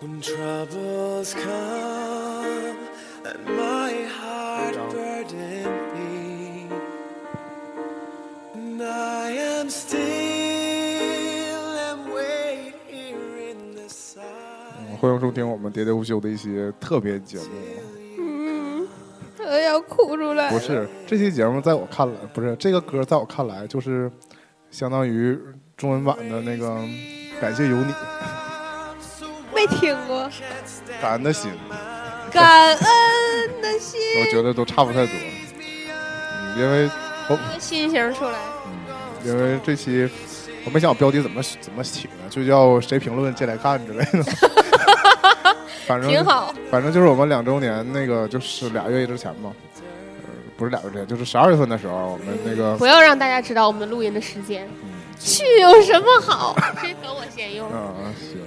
When troubles come and my heart burden me, and I am still and wait here in the silence. 欢迎收听我们喋喋不休的一些特别节目。我嗯要哭出来。不是，这期节目在我看来，不是这个歌在我看来就是相当于中文版的那个《感谢有你》，没听过。感恩的心，感恩的心，我觉得都差不太多。嗯因为我、一个心形出来。因为这期我没想好标题怎么怎么起呢，就叫谁评论进来看之类的。 反正挺好，反正就是我们两周年那个，就是俩月之前嘛，呃，不是俩月之前，就是十二月份的时候，我们那个不要让大家知道我们录音的时间。去有什么 好？谁和我先用？嗯，行，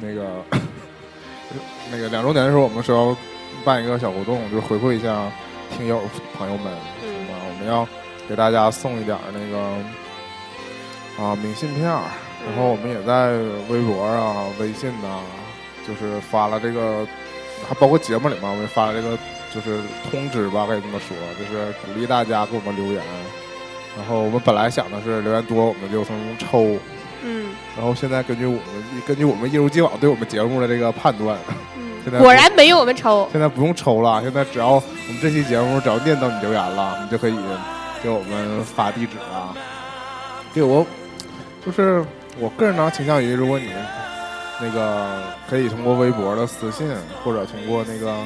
那个那个两周年的时候，我们是要办一个小活动，就是回馈一下听友朋友们，嗯啊，我们要给大家送一点儿那个啊明信片儿，然后我们也在微博啊、微信呐、就是发了这个，还包括节目里面，我们发了这个就是通知吧，可以这么说，就是鼓励大家给我们留言。然后我们本来想的是留言多我们就从中抽，嗯然后现在根据我们根据我们一如既往对我们节目的这个判断， 现在嗯，果然没有我们抽。现在不用抽了，现在只要我们这期节目只要念到你留言了，你就可以给我们发地址啊。对我就是我个人呢倾向于，如果你那个可以通过微博的私信，或者通过那个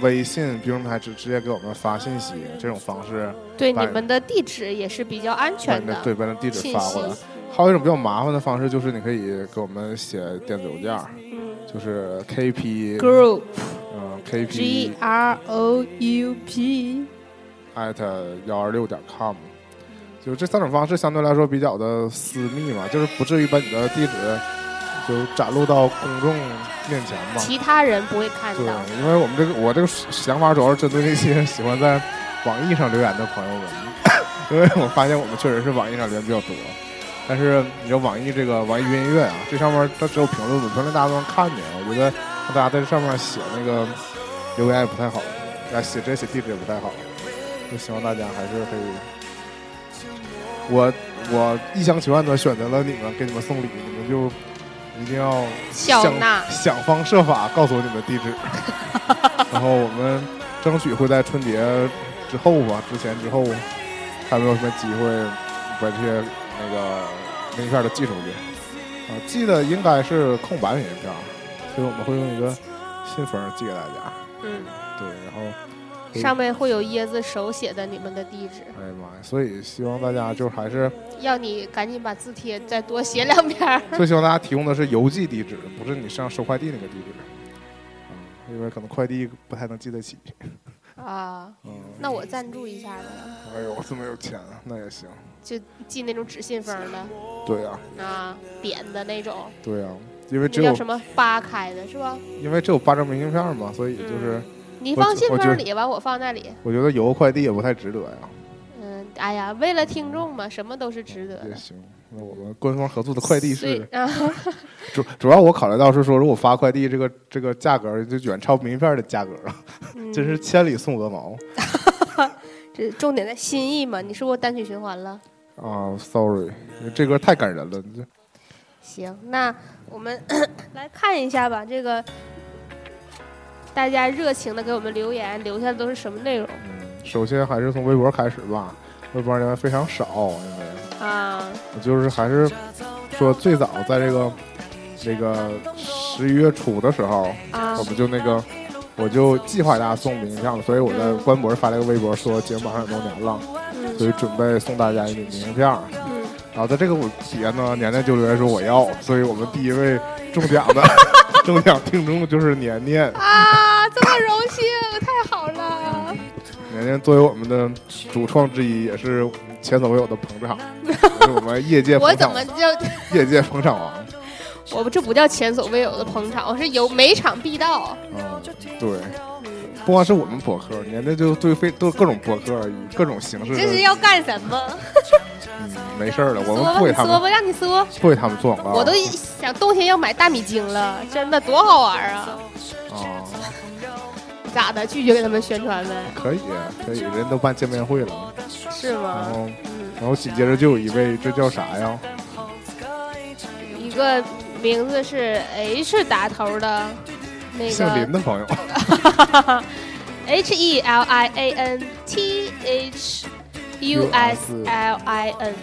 微信平台直直接给我们发信息，这种方式对把你们的地址也是比较安把全你的的。对把你的地址信发过来息。。还有一种比较麻烦的方式，就是你可以给我们写电子邮件儿，就是嗯 KP，Group 嗯 G ，KP R O U P， at 幺二六点 com，就是这三种方式相对来说比较的私密嘛，就是不至于把你的地址就展露到公众面前嘛。其他人不会看对到。，因为我们这个我这个想法主要是针对那些喜欢在网易上留言的朋友们，因为我发现我们确实是网易上留言比较多。但是你说网易这个网易云音乐啊，这上面它只有评论，评论大家都能看见。我觉得让大家在这上面写那个留言也不太好，啊，写这写地址也不太好。就希望大家还是可以，我我一厢情愿的选择了你们，给你们送礼，你们就一定要笑想纳想方设法告诉我你们地址， 然后我们争取会在春节之后吧，之前之后，看有没有什么机会把这些那个明信片都寄出去。啊，寄的应该是空白明信片，所以我们会用一个信封寄给大家。嗯，对，然后嗯上面会有椰子手写的你们的地址，哎呀妈呀，所以希望大家就是还是要你赶紧把字帖再多写两篇儿。最希望大家提供的是邮寄地址，不是你上收快递那个地址。嗯，因为可能快递不太能寄得起。 啊，嗯，那我赞助一下吧，哎呦，我这么有钱啊，那也行。就寄那种纸信封的对呀、啊，啊，扁的那种，对呀、啊，因为那只叫有什么扒开的是吧？因为只有八张明信片嘛，所以嗯就是你我放觉信我觉封得里，完我放那里。我觉得邮快递也不太值得呀。嗯，哎呀，为了听众嘛，什么都是值得也的。行，那我们官方合作的快递所以是啊，主主要我考虑到是说，如果发快递这个这个价格就远超明信片的价格了，嗯真是千里送鹅毛。这重点在心意嘛。你是不是单曲循环了？啊，sorry，这歌太感人了。这行，那我们 来看一下吧，这个大家热情的给我们留言，留下的都是什么内容嗯，首先还是从微博开始吧，微博留言非常少，因为啊？我就是还是说最早在这个这个十一月初的时候，啊我们就那个我就计划大家送明信片了，所以我在官博发了一个微博说节目马上两周年了，嗯所以准备送大家一明信片。嗯，然后在这个我节呢，年年就留言说我要，所以我们第一位中奖的 中奖听众就是年年。啊，这么荣幸，太好了！年年作为我们的主创之一，也是前所未有的捧场，也是我们业界我捧怎场么，哦就业界捧场王。我这不叫前所未有的捧场，我是有每场必到。嗯，对，嗯，不光是我们播客，人家就对非都各种播客以各种形式这是的，要干什么？嗯，没事儿了，我说吧，们不给你他说们啊吧，让你说。不给他们做广告，我都想冬天要买大米精了，真的多好玩啊！啊，咋的？拒绝给他们宣传呗？可以可以，人都办见面会了，是然吗？后然后紧接着就有一位，这叫啥呀？一个名字是 H 打头的，那姓林个的朋友， H E L I A N T H U S L I N，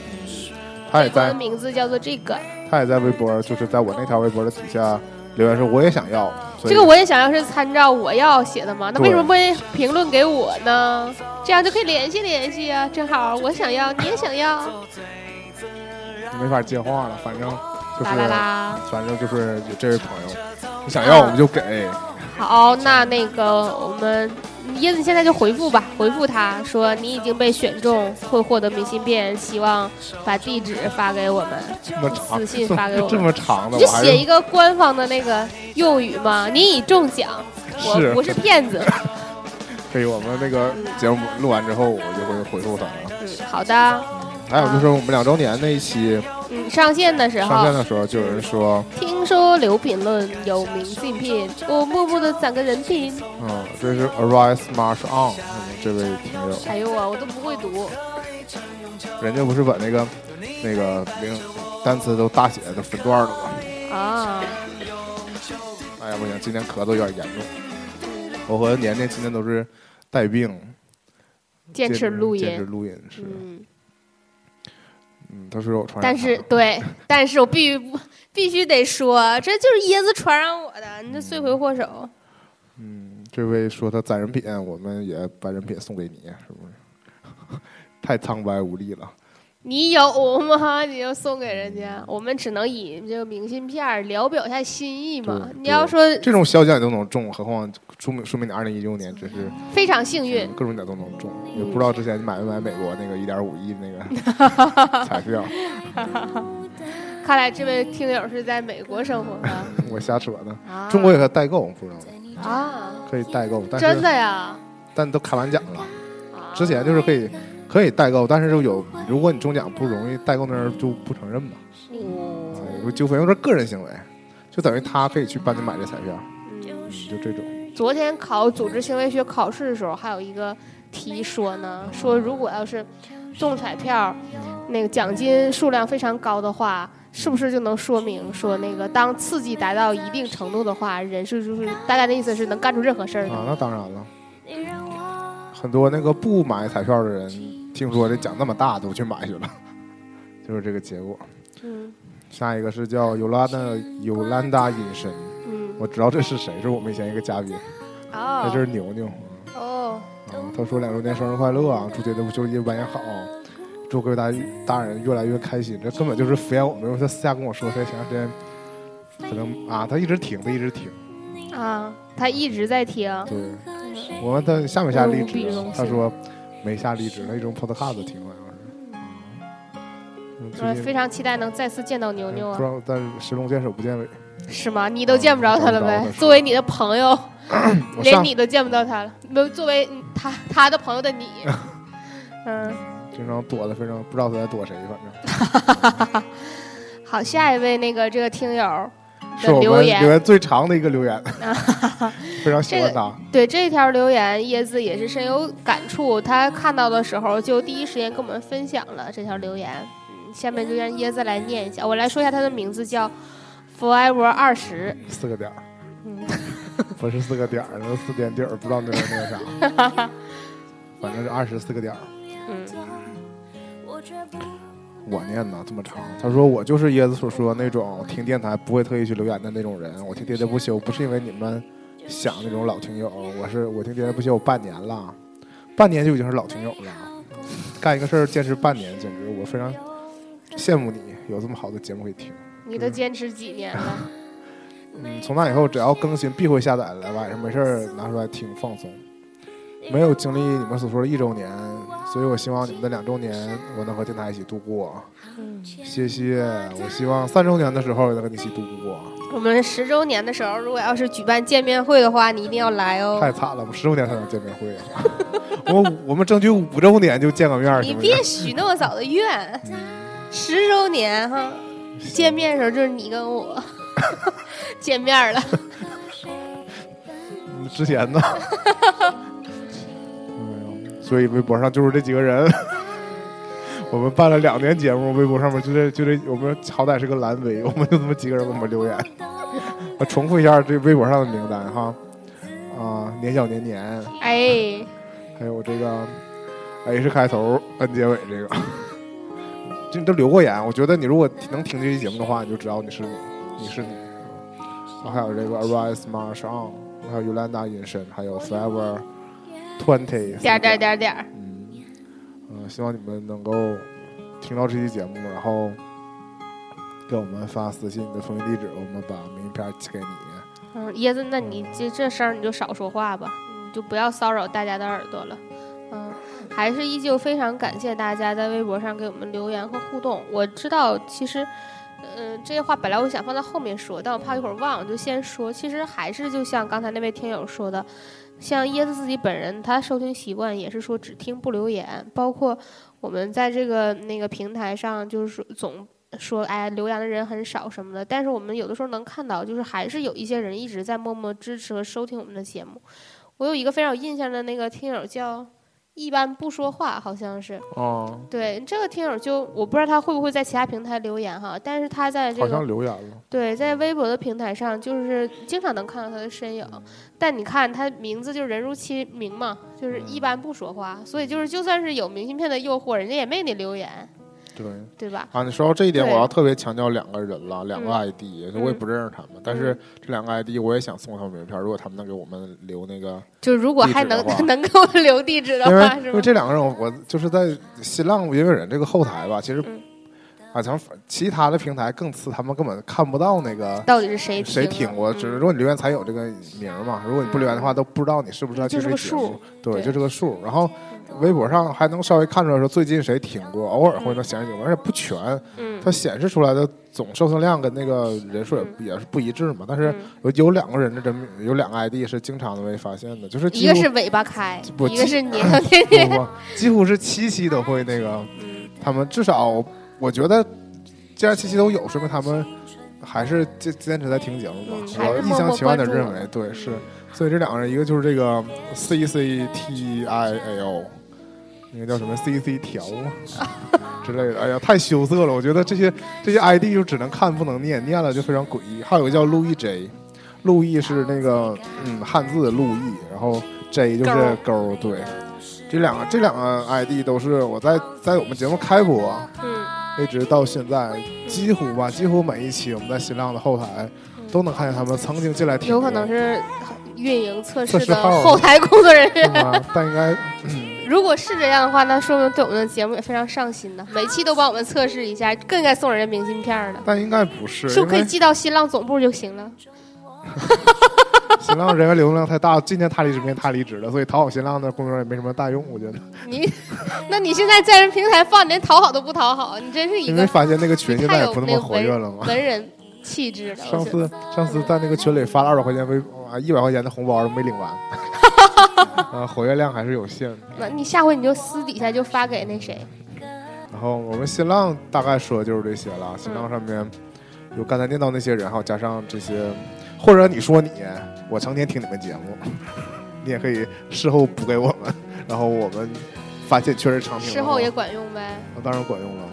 他也他的在名字叫做这个。他也在微博，就是在我那条微博的底下留言说我也想要，所以这个我也想要是参照我要写的嘛，那为对什么不评论给我呢？这样就可以联系联系啊，正好我想要，你也想要，没法接话了，反正就啦啦是。啦。反正就是有这位朋友，你想要我们就给。好，那那个我们嗯椰子你现在就回复吧，回复他说你已经被选中，会获得明信片，希望把地址发给我们，这么长，私信发给我们这么长的，你就我还写一个官方的那个用语嘛，你已中奖，我是不是骗子。可以。我们那个节目录完之后，我就会回复他了。嗯，好的，还有就是我们两周年那一期嗯，上线的时上线候，的时候，就有人说，听说刘评论有明信片，我默默的攒个人品。嗯，这是 Arise March On，嗯这位听友，哎呦我我都不会读，人家不是把那个那个名单词都大写都分段了吗？啊，哎呀，不行，今天咳嗽有点严重。我和年年今天都是带病，坚持录坚持音，录音是，嗯。嗯，他说我传染但是他了对，但是我必须不必须得说，这就是椰子传染我的，你这罪魁祸首。嗯，这位说他攒人品，我们也把人品送给你，是不是？ 太苍白无力了。你有吗？你就送给人家，我们只能以这个明信片儿聊表一下心意嘛对。你要说这种小奖你都能中，何况说明说明你二零一六年真是非常幸运，各种奖都能中，也不知道之前你买没买美国那个一点五亿那 个彩票，看来这位听友是在美国生活的我瞎扯的。啊 中国有个代购，不知道吗啊，可以代购，但是真的呀。但都开完奖了，啊之前就是可以可以代购，但是就有如果你中奖不容易，代购那儿就不承认嘛，啊嗯有个纠纷，有点个人行为，就等于他可以去帮你买这彩票，嗯嗯，就这种。昨天考组织行为学考试的时候，还有一个题说呢，说如果要是中彩票，那个奖金数量非常高的话，是不是就能说明说那个当刺激达到一定程度的话，人是就是大概的意思是能干出任何事儿啊的。，那当然了，很多那个不买彩票的人，听说这奖那么大，都去买去了， 就是这个结果。嗯下一个是叫尤拉的尤兰达隐身，嗯我知道这是谁，是我们以前一个嘉宾，那就哦是牛牛。哦，啊，他说两周年生日快乐啊，祝姐姐就业晚点好，祝各位大大人越来越开心。这根本就是敷衍我们，因为他私下跟我说，他前段时间可能啊，他一直挺，他一直挺。啊，他一直在听，对，我问他下没下荔无比枝荣幸，他说没下荔枝，他一直用 Podcast 听好说像是。非常期待能再次见到牛牛啊不知，道，但是神龙见首不见尾。是吗？你都见不着他了嗯见不呗着他？是作为你的朋友，我连上你都见不到他了，没有作为嗯他他的朋友 的你，嗯，经常躲的非常，不知道他在躲谁，反正好，下一位那个这个听友是的我留们留言，言最长的一个留言，非常喜欢他。对这条留言，椰子也是深有感触，他看到的时候就第一时间跟我们分享了这条留言，嗯，下面就让椰子来念一下，我来说一下他的名字叫 Forever 二十，四个点儿，嗯，不是四个点儿，那四点底儿，不知道那是那个啥，反正是二十四个点儿。嗯，我念呢这么长，他说我就是椰子所说的那种听电台不会特意去留言的那种人，我听喋喋不休不是因为你们想那种老听友，我是我听喋喋不休半年了，半年就已经是老听友了，干一个事儿坚持半年，简直我非常羡慕你有这么好的节目可以听。你都坚持几年了？ 嗯，从那以后只要更新必会下载来，晚上没事儿拿出来听放松。没有经历你们所说的一周年，所以我希望你们的两周年我能和电台一起度过。谢谢，我希望三周年的时候也能跟你一起度过。我们十周年的时候，如果要是举办见面会的话，你一定要来哦。太惨了，我们十周年才能见面会啊！ 我我们争取五周年就见个面儿，你行不行别许那么早的愿， 十周年哈，见面的时候就是你跟我 见面了。嗯之前呢？ 哎呦，所以微博上就是这几个人。 我们办了两年节目，微博上面就这就这，我们好歹是个蓝微，我们就这么几个人给我们留言。 我重复一下这微博上的名单哈，啊，年小年年，哎，还有这个 H 开头，N 结尾这个，就你都留过言。我觉得你如果能听这期节目的话，你就知道你是你，你是你。然后还有这个 Arise March On，还有 Yolanda 隐身，还有 Forever Twenty 点儿点儿点儿点儿，嗯，呃，希望你们能够听到这期节目，然后给我们发私信你的封信地址，我们把明信片寄给你。嗯，椰子，那你这这声儿你就少说话吧，你就不要骚扰大家的耳朵了。嗯，还是依旧非常感谢大家在微博上给我们留言和互动。我知道其实。嗯，这些话本来我想放在后面说，但我怕一会儿忘，我就先说。其实还是就像刚才那位听友说的，像椰子自己本人，他收听习惯也是说只听不留言，包括我们在这个那个平台上，就是说总说哎留言的人很少什么的，但是我们有的时候能看到，就是还是有一些人一直在默默支持和收听我们的节目。我有一个非常有印象的那个听友叫一般不说话，好像是哦，对这个听友就我不知道他会不会在其他平台留言哈，但是他在这好像个留言了。对在微博的平台上，就是经常能看到他的身影。但你看他名字就人如其名嘛，就是一嗯般不说话，所以就是就算是有明信片的诱惑，人家也没给你留言，对对吧？啊，你说到这一点，对我要特别强调两个人了，两个嗯 ID，、我也不认识他们，但是这两个 ID 我也想送他们名片，如果他们能给我们留那个，就如果还地址的话 能能给我留地址的因为话，是吧因为？这两个人我，我就是在新浪音乐人这个后台吧，其实嗯啊，咱们其他的平台更次，他们根本看不到那个。到底是谁谁听听啊过？只是嗯说你留言才有这个名儿嘛。如果你不留言的话，都不知道你是不是在就是听这个节目数。对，对嗯就是个数。然后微博上还能稍微看出来说最近谁听过，偶尔会能显示有，而且不全。嗯嗯它显示出来的总收听量跟那个人数也不也是不一致嘛。但是有有两个人的真名，有两个 ID 是经常能被发现的，就是一几个乎是尾巴开，我一个记 是你天不天不，几乎是七期都会那个，他们至少我觉得，既然七期都有，说明他们还是坚坚持在听节目嘛嗯。还我是一默厢默情愿的关注认为，对是。所以这两个人，一个就是这个 C C T I A O，那个叫什么 C C 条嘛之类的。哎呀，太羞涩了！我觉得这些这些 ID 就只能看不能念，念了就非常诡异。还有一个叫路易 J，路易是那个嗯汉字的路易，然后 J 就是勾儿，对。这两个这两个 ID 都是我在在我们节目开播嗯一直到现在，几乎吧，几乎每一期我们在新浪的后台都能看见他们曾经进来听过，嗯有可能是运营测测试试的号后台工作人员。是吗？ 但应该如果是这样的话，那说明对我们的节目也非常上心呢。每期都帮我们测试一下，更应该送人家明信片儿了。但应该不是，是不是因可以为寄到新浪总部就行了？新浪人员流动量太大，今天他离职，明天他离职了，所以讨好新浪的工作人员也没什么大用，我觉得。你，那你现在在人平台放，你连讨好都不讨好， 你真是一因为个发现那个群现太在也有不那那么个活跃了文嘛。文人气质了。上我觉得次上次在那个群里发了二百块钱微啊一百块钱的红包都没领 完，啊，活跃量还是有限的。那你下回你就私底下就发给那谁，然后我们新浪大概说的就是这些了。新嗯浪上面有刚才念到那些人，还有加上这些，或者你说你，我成天听你们节目，你也可以事后补给我们，然后我们发现确实常听的话。事后也管用呗。那啊当然管用了。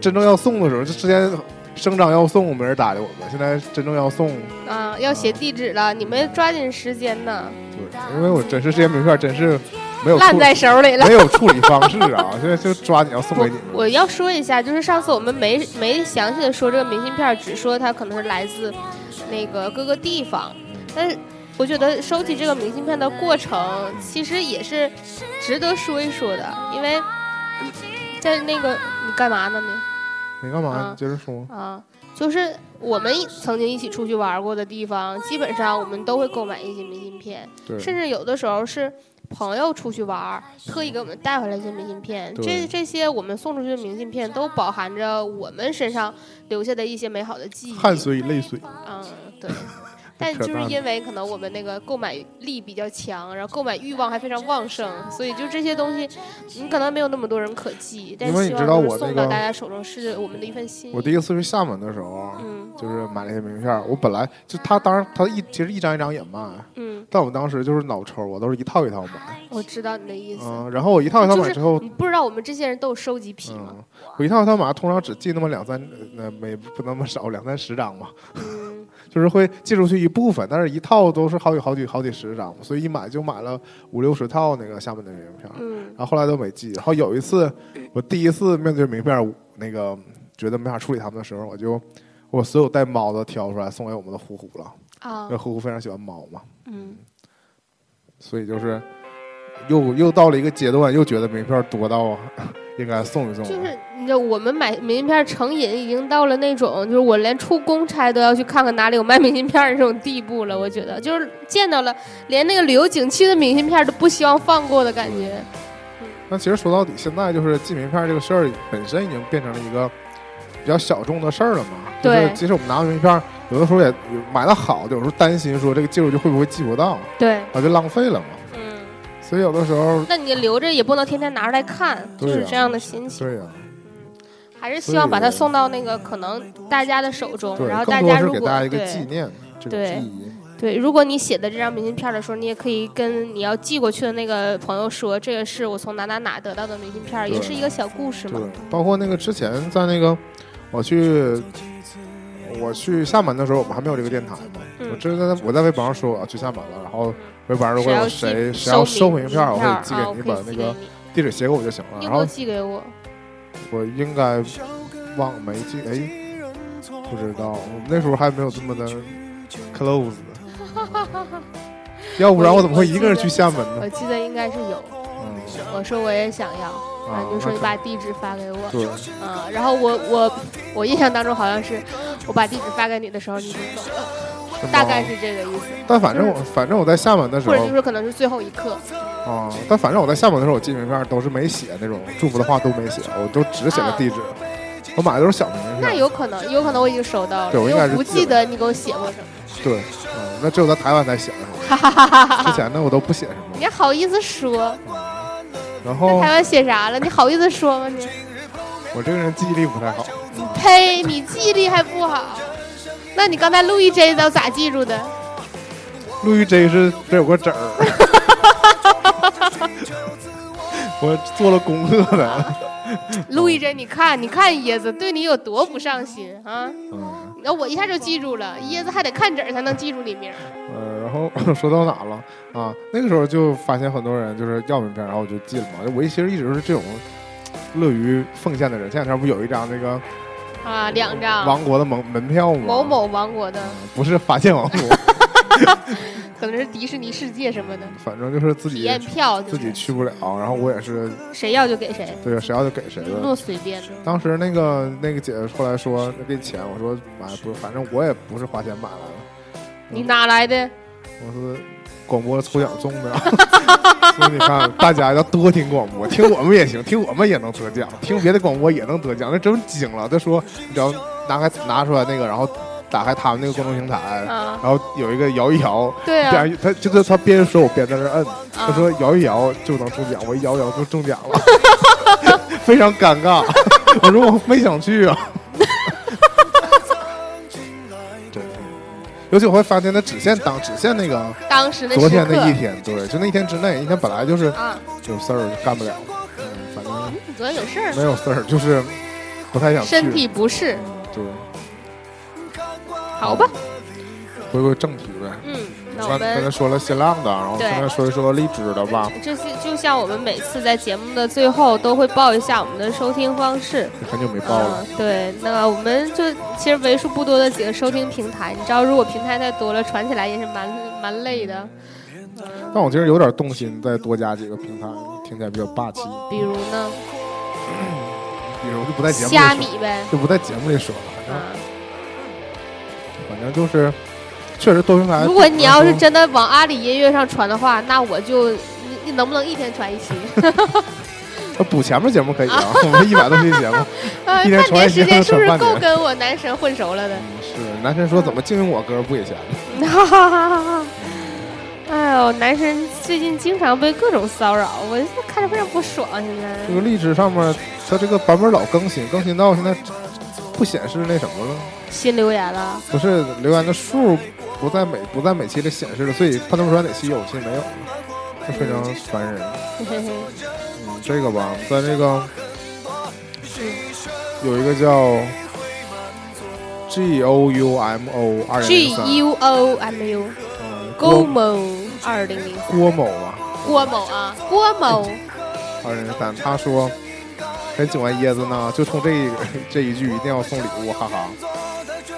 真正要送的时候，就之前声张要送没人搭理我们，现在真正要送，啊，要写地址了，你们抓紧时间呢，对，因为我真是这些名片真是没有处烂在手里了没。有处理方式啊，现在就抓你要送给你我们。要说一下，就是上次我们没没详细的说这个明信片，只说它可能是来自那个各个地方，但是我觉得收集这个明信片的过程其实也是值得说一说的，因为在那个你干嘛呢你？你干嘛？啊你接着说。啊，就是我们曾经一起出去玩过的地方，基本上我们都会购买一些明信片，对，甚至有的时候是朋友出去玩儿，特意给我们带回来一些明信片。对这这些我们送出去的明信片，都饱含着我们身上留下的一些美好的记忆。汗水泪水，嗯， 对。但扯就是淡因为可能我们那个购买力比较强，然后购买欲望还非常旺盛，所以就这些东西，你可能没有那么多人可寄，但因为希你望知就道是我那送到个大家手中是我们的一份心意。我第一次去厦门的时候，啊嗯就是买了一些明信片儿。我本来就他当然他一其实一张一张也卖，嗯，但我当时就是脑抽，我都是一套一套买。我知道你的意思。嗯，然后我一套一套哎就买是之后，你不知道我们这些人都有收集癖吗？嗯，我一套一套买，通常只寄那么两三，呃，没不那么少，两三十张嘛，嗯，就是会寄出去一部分，但是一套都是好几好几好几十张，所以一买就买了五六十套那个厦门的明信片儿。嗯然后后来都没寄。然后有一次，我第一次面对名片儿，那个觉得没法处理他们的时候，我就我所有带猫的挑出来送给我们的呼呼了，啊因为，呼呼非常喜欢猫嘛，嗯，所以就是又又到了一个阶段，又觉得名片儿多到应该送一送了。就是你知道，我们买明信片成瘾，已经到了那种就是我连出公差都要去看看哪里有卖明信片的这种地步了。我觉得就是见到了，连那个旅游景区的明信片都不希望放过的感觉。那其实说到底，现在就是寄名片儿这个事儿本身已经变成了一个比较小众的事儿了嘛。就是对即使我们拿名片儿，有的时候也买的好，有时候担心说这个寄出去会不会寄不到，对，那就浪费了嘛。嗯，所以有的时候，那你留着也不能天天拿出来看，就对啊是这样的心情。对呀、还是希望把它送到那个可能大家的手中，对，然后更大多家是如给果大家一个纪对念，这种对记忆。对，如果你写的这张明信片的时候，你也可以跟你要寄过去的那个朋友说，这个是我从哪哪哪得到的明信片，对也是一个小故事对嘛。，包括那个之前在那个我去我去厦门的时候，我们还没有这个电台嘛。嗯我之前在我在微博上说我要去厦门了，然后微博上如果有谁谁要要收明名片，我我会寄啊、给我你可以寄把给那个你地址写给我就行了。你有啊然没有后寄给我？我应该忘没记，哎，不知道，我们那时候还没有这么的 close。要不然我怎么会一个人去厦门呢我？记得应该是有。嗯我说我也想要，啊，你就说那你可把地址发给我，对，嗯，然后我我我印象当中好像是我把地址发给你的时候你已经走了，是吗大概是这个意思，但反正我反正我在厦门的时或者就候是可能是最后一刻，啊，但反正我在厦门的时候，我寄名片儿都是没写那种祝福的话都没写，我都只写了地址。我买的都是小明啊那片，有可能，有可能我已经收到了，对我因应该为是我不寄记了得你给我写过什么。对，嗯，那只有在台湾才写 的，之 前的我都不写什么你。还好意思说？哦然在后台湾写啥了？你好意思说吗你？我这个人记忆力不太好，呸！你记忆力还不好，那你刚才录一 J 都咋记住的？陆玉 J 是这有个整儿，我做了功课的，录一 J，你看，你看椰子对你有多不上心啊！嗯那我一下就记住了，椰子还得看纸儿才能记住你名儿。呃，然后 说到哪了啊？那个时候就发现很多人就是要名片，然后我就寄了嘛。我其实一直是这种乐于奉献的人。前两天不有一张那个啊，两张王国的门门票吗？某某王国的，不是法 界王国，可能是迪士尼世界什么的反正就是自体己验票，就自己是去不了，然后我也是谁要就给谁，对谁要就给谁的。那随便的。当时那个那个姐后来说给你钱，我说哎不，反正我也不是花钱买来的。你哪来的？我是广播抽奖中的， 所以你看，大家要多听广播，听我们也行，听我们也能得奖，听别的广播也能得奖，那真惊了。再说，你只要拿开拿出来那个，然后打开他们那个公众平台，啊，然后有一个摇一摇，对啊，边他就是他边说，我边在那儿摁，他啊说摇一摇就能中奖，我一摇一摇就中奖了， 非常尴尬。我说我没想去啊，真是。尤其我会发现，他只限当只限那个当时那昨时天那一刻天，对，就那一天之内，一天本来就是啊，有事儿干不了，嗯，反正你昨天有事儿没有事儿，就是不太想去。身体不适，对，好吧，回归正题呗。嗯，那我刚刚才们说了新浪的，然后对现在说一说荔枝的吧，这些就像我们每次在节目的最后都会报一下我们的收听方式。很久没报了嗯。，对，那我们就其实为数不多的几个收听平台，你知道，如果平台太多了，传起来也是蛮蛮累的。但我其实有点动心，再多加几个平台，听起来比较霸气。比如呢，比如就不在节目里虾说，嗯米呗，就不在节目里说了，反啊正、反正就是，确实多平台。如果你要是真。真的往阿里音乐上传的话，那我就你能不能一天传一期？ 呃补前面节目可以啊，我们一百多期节目，啊，一天半传一年期时间是不能是传半够年跟我男神混熟了的？嗯是男神说怎么经营我歌不给钱哈哈哈哈！ 哎呦，男神最近经常被各种骚扰，我就看着非常不爽。现在这个荔枝上面它这个版本老更新，更新到现在不显示那什么了，新留言了，不是留言的数不在每不在每期里显示了，所以判断不出来哪期有，其实没有，这非常烦人。嘿嘿嘿，嗯，这个吧，在这个有一个叫 G O U M O 二零 G E 零三， U O 哎 M U 嗯郭郭某二零零郭某啊，郭某啊，郭某二零零三，他说很喜欢椰子呢，就冲这一 这一句一定要送礼物，哈哈。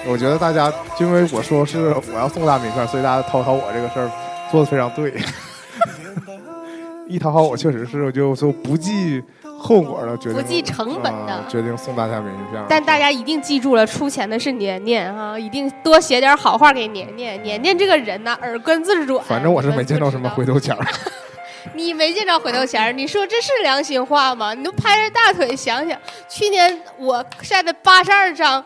我觉得大家就因为我说是我要送大家名片，所以大家讨好我这个事儿做的非常对。 一讨好我确实是就就不计后果的决不定，计成本的啊决定送大家名片。但大家一定记住了，出钱的是年年哈、一定多写点好话给年年。年年这个人呐、耳根子软。反正我是没见到什么回头钱儿。你没见着回头钱儿，你说这是良心话吗？你都拍着大腿想想，去年我晒的八十二张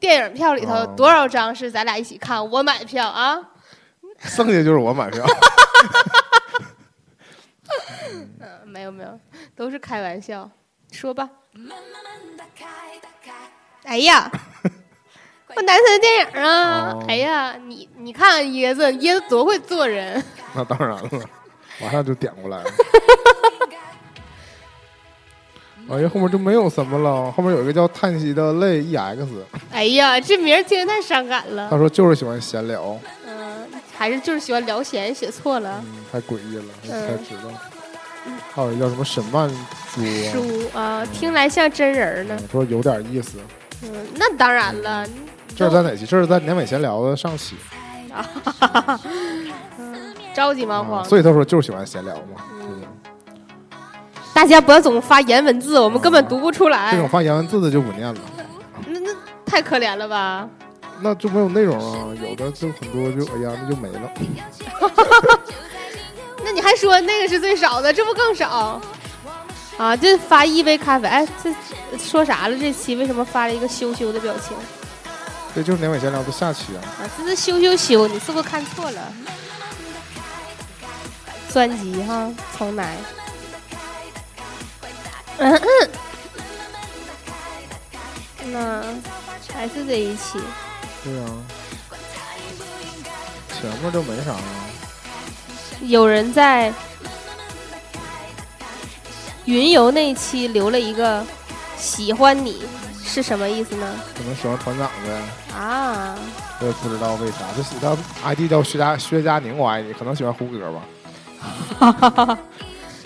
电影票里头，嗯多少张是咱俩一起看？我买票啊，剩下就是我买票。 嗯，没有没有，都是开玩笑。说吧，哎 呀，我男神电影啊，哦哎呀，你你看椰子，椰子多会做 人。那当然了，马上就点过来了。哎呀，后面就没有什么了。后面有一个叫叹息的泪，E EX，哎呀，这名儿听着太伤感了他。说就是喜欢闲聊，嗯，还是就是喜欢聊闲，写错了。嗯，太诡异了，我才嗯知道。还有一个叫什么沈曼珠啊，书啊，听来像真人儿呢。嗯说有点意思。嗯，那当然了。这是在哪期？这是在年尾闲聊的上期，着急忙啊慌。所以他说就是喜欢闲聊嘛。嗯对大家不要总发言文字，我们根本读不出来这，种发言文字的就不念了，那那太可怜了吧？那就没有内容啊。有的就很多就哎呀，那就没了。那你还说那个是最少的，这不更少？啊，这发一杯咖啡，哎，这说啥了？这期为什么发了一个羞羞的表情？这就是年尾闲聊的下期啊。啊，这是羞羞羞，你是不是看错了？专辑哈，重来。嗯嗯那还是这一期，对啊，前面就没啥了。有人在云游那一期留了一个“喜欢你”是什么意思呢？可能喜欢团长呗， 啊，我也不知道为啥。就是他 ID 叫薛家薛家宁，我爱你，可能喜欢胡歌吧。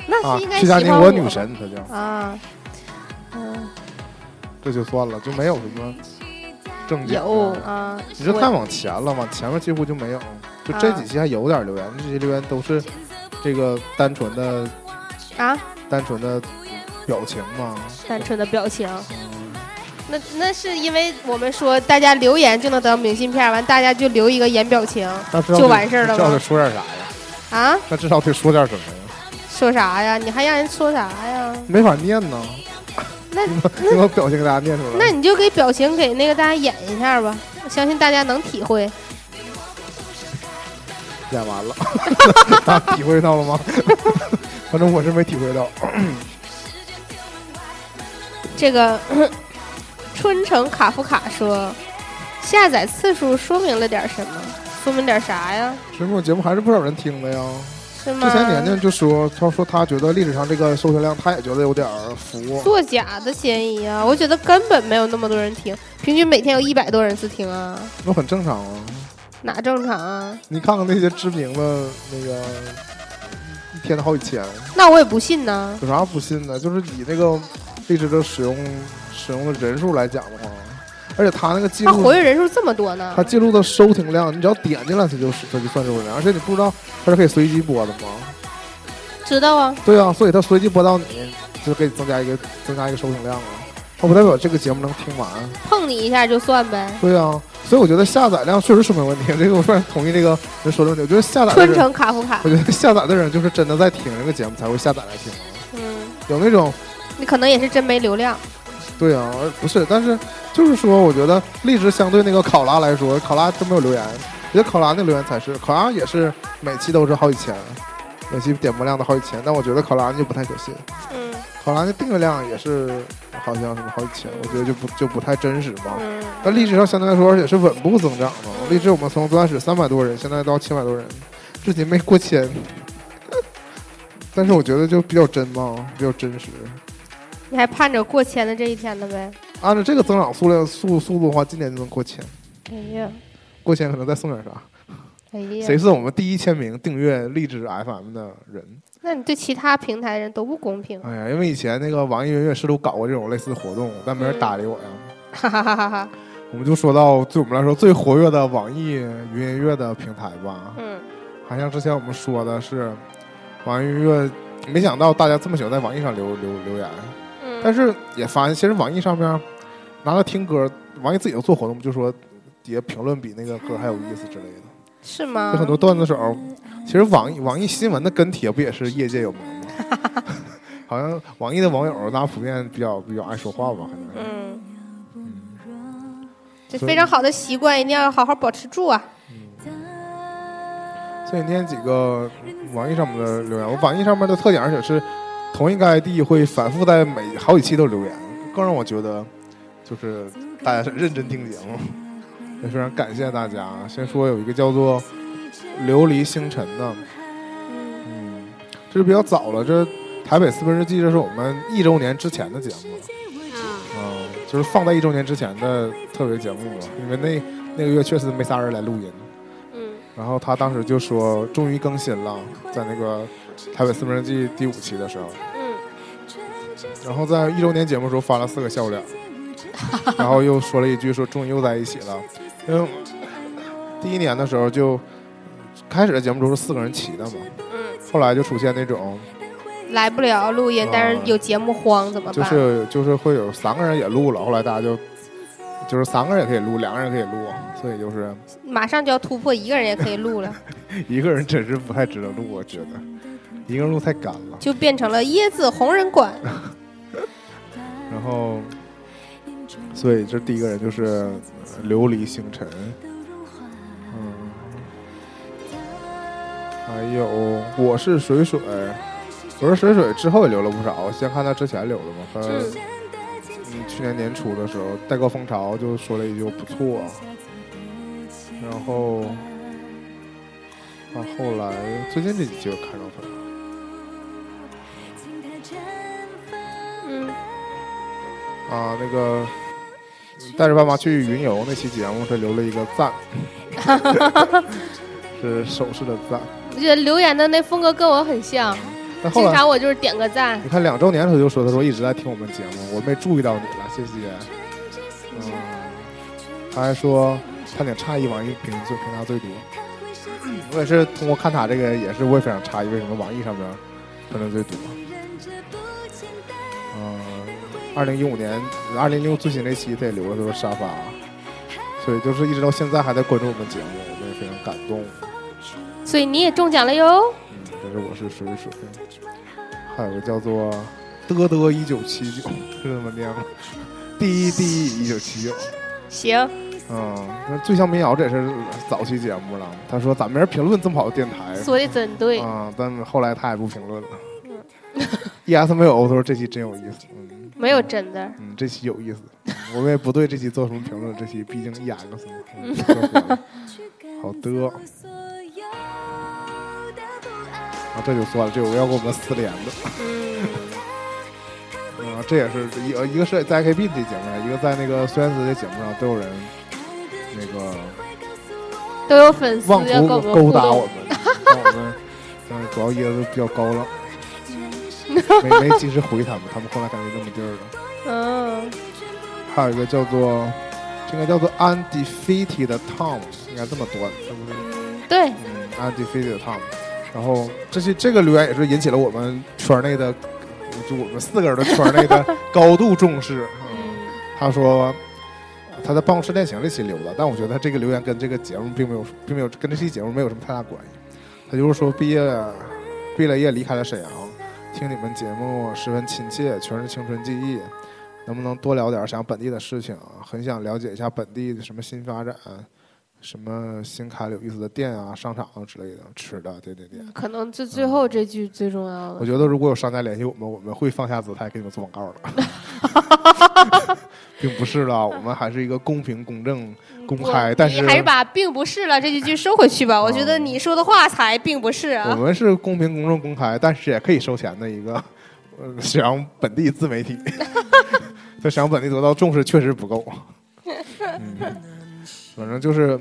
那啊是应，该薛喜家欢宁我女吧神，他叫啊，嗯，这就算了，就没有什么正经的。有啊，你这我啊太往前了，往前面几乎就没有。就这几期还有点留言，这些留言都是这个单纯的啊，单纯的表情嘛。单纯的表情。那那是因为我们说大家留言就能得到明信片，完大家就留一个言表情那知道就得完事儿了知道得吗？说点啥呀？啊，那至少得说点什么呀？说啥呀？你还让人说啥呀？没法念呢。那你 把你把表情给大家念出来。那你就给表情给那个大家演一下吧，我相信大家能体会。演完了， 大家体会到了吗？ 反正我是没体会到。 这个 春城卡夫卡说，下载次数说明了点什么？说明点啥呀？其实我节目还是不少人听的呀。是吗？之前年年就说，他说他觉得历史上这个收听量，他也觉得有点儿啊服。作假的嫌疑啊！我觉得根本没有那么多人听，平均每天有一百多人次听啊，那很正常啊。哪正常啊？你看看那些知名的那个，一天好几千，那我也不信呢。有啥不信的？就是以那个历史的使用使用的人数来讲的话，而且他那个记他录活跃人数这么多呢它，记录的收听量，你只要点进来，它就是它就算收听量，而且你不知道它是可以随机播的吗？知道啊？对啊，所以它随机播到你，就给你增加一个增加一个收听量啊。它不代表这个节目能听完，碰你一下就算呗。对啊，所以我觉得下载量确实是没问题。 这个我突然同意这个人说的问题。我觉得下载的春人，城卡夫卡我，觉得下载的人就是真的在听这个节目才会下载来听。嗯，有那种你可能也是真没流量，对啊，而不是，但是就是说，我觉得荔枝相对那个考拉来说，考拉都没有留言，我觉得考拉那留言才是，考拉也是每期都是好几千，每期点播量都好几千，但我觉得考拉就不太可信，嗯考拉那订阅量也是好像什么好几千，我觉得就不就不太真实嘛。嗯，但荔枝上相对来说，而且是稳步增长嘛。荔枝我们从最开始三百多人，现在到七百多人，至今没过千。 但是我觉得就比较真嘛，比较真实。你还盼着过千的这一天呢呗？按照这个增长速量速速度的话，今年就能过千。哎呀，过千可能再送点啥？哎谁呀，是我们第一千名订阅荔枝 FM 的人？那你对其他平台的人都不公平，哎呀，因为以前那个网易云音乐试图搞过这种类似活动，但没人搭理我呀。哈哈哈哈哈。我们就说到对我们来说最活跃的网易云音乐的平台吧。嗯好像之前我们说的是，网易云音乐，没想到大家这么喜欢在网易上留留留言，嗯，但是是也发现其实网易上面拿了听歌，网易自己都做活动，就说底下评论比那个歌还有意思之类的。是吗有？很多段子手，其实网易网易新闻的跟帖不也是业界有名吗？ 好像网易的网友大家普遍比较比较爱说话吧，可能是。嗯，嗯这所以非常好的习惯，一定要好好保持住啊。所以念几个网易上面的留言，我网易上面的特点，而且是同一个 ID 会反复在每好几期都留言，更让我觉得就是大家是认真听节目，也非常感谢大家。啊先说有一个叫做“琉璃星辰”的，嗯嗯，这是比较早了，这台北四分之记，这是我们一周年之前的节目了，嗯，嗯，就是放在一周年之前的特别节目了，因为那那个月确实没啥人来录音，嗯然后他当时就说终于更新了，在那个台北四分之记第五期的时候，嗯，然后在一周年节目的时候发了四个笑脸，然后又说了一句说终于又在一起了，因为第一年的时候就开始的节目都是四个人齐的嘛，嗯，后来就出现那种。来不了录音啊，但是有节目荒怎么办？就是就是会有三个人也录了，后来大家就就是三个人也可以录，两个人也可以录，所以就是马上就要突破一个人也可以录了，一个人真是不太值得录，我觉得一个人录太干了。就变成了椰子红人馆。然后，所以这第一个人就是呃琉璃星辰，嗯，还有我是水水，我是水水之后也留了不少，先看他之前留的嘛，他、嗯嗯去年年初的时候，代购风潮就说了一句不错，啊嗯然后啊，后来最近这几期我看到他了，嗯啊，那个带着爸妈去云游那期节目，他留了一个赞，是手势的赞。我觉得留言的那风格跟我很像，但后经来常我就是点个赞，你看两周年的时候就说，他说一直在听我们节目，我没注意到你了，谢谢。嗯，他还说他挺诧异网易评最评价最多，我也是通过看他这个，也是我也非常诧异，为什么网易上面评论最多？嗯，二零一五年、二零零最新这期他也留了他说沙发，所以就是一直到现在还在关注我们节目，我们也非常感动。所以你也中奖了哟。嗯，这是我是水水，还有个叫做嘚嘚一九七九，是这么念吗？第一第一一九七九，行，嗯，那最像民谣这也是早期节目了。他说咱没人评论这么好的电台，说的真对，啊、但后来他也不评论了。E.S E 没有，我说这期真有意思，嗯没有真的。嗯，这期有意思，嗯我们也不对这期做什么评论，这期毕竟 E.S 嘛，嗯就火了好的，啊，这就算了，这有个要跟我们私联的。嗯 啊，这也是一呃一个是在 AKB 这节目上，一个在那个孙燕姿的节目上，都有人那个都有粉丝妄要图跟我们勾互搭动我，们， 让我们嗯，主要椰子比较高冷，没没及时回他们，他们后来感觉那么地儿了。嗯，还有一个叫做这应该叫做 Undefeated Tom，应该这么断，是不是？对，嗯，Undefeated Tom。然后这些这个留言也是引起了我们圈内的，就我们四个人的圈内的高度重视。嗯嗯他说，他他在办公室恋情这期留的，但我觉得这个留言跟这个节目并没有，并没有跟这期节目没有什么太大关系。他就是说毕业，毕了业离开了沈阳，听你们节目十分亲切，全是青春记忆。能不能多聊点想本地的事情啊？很想了解一下本地的什么新发展，什么新开了有意思的店啊、商场啊之类的，吃的点点点。可能最最后这句最重要我了。觉得如果有商家联系我们，我们会放下姿态给你们做广告的， 并不是啦，我们还是一个公平、公正、公开，嗯我但啊你还是把“并不是”了这几句收回去吧。我觉得你说的话才并不是我啊。们是公平、公正、公开，但是也可以收钱的一个 呃沈阳本地自媒体， 在沈阳本地得到重视确实不够。嗯，反正就是，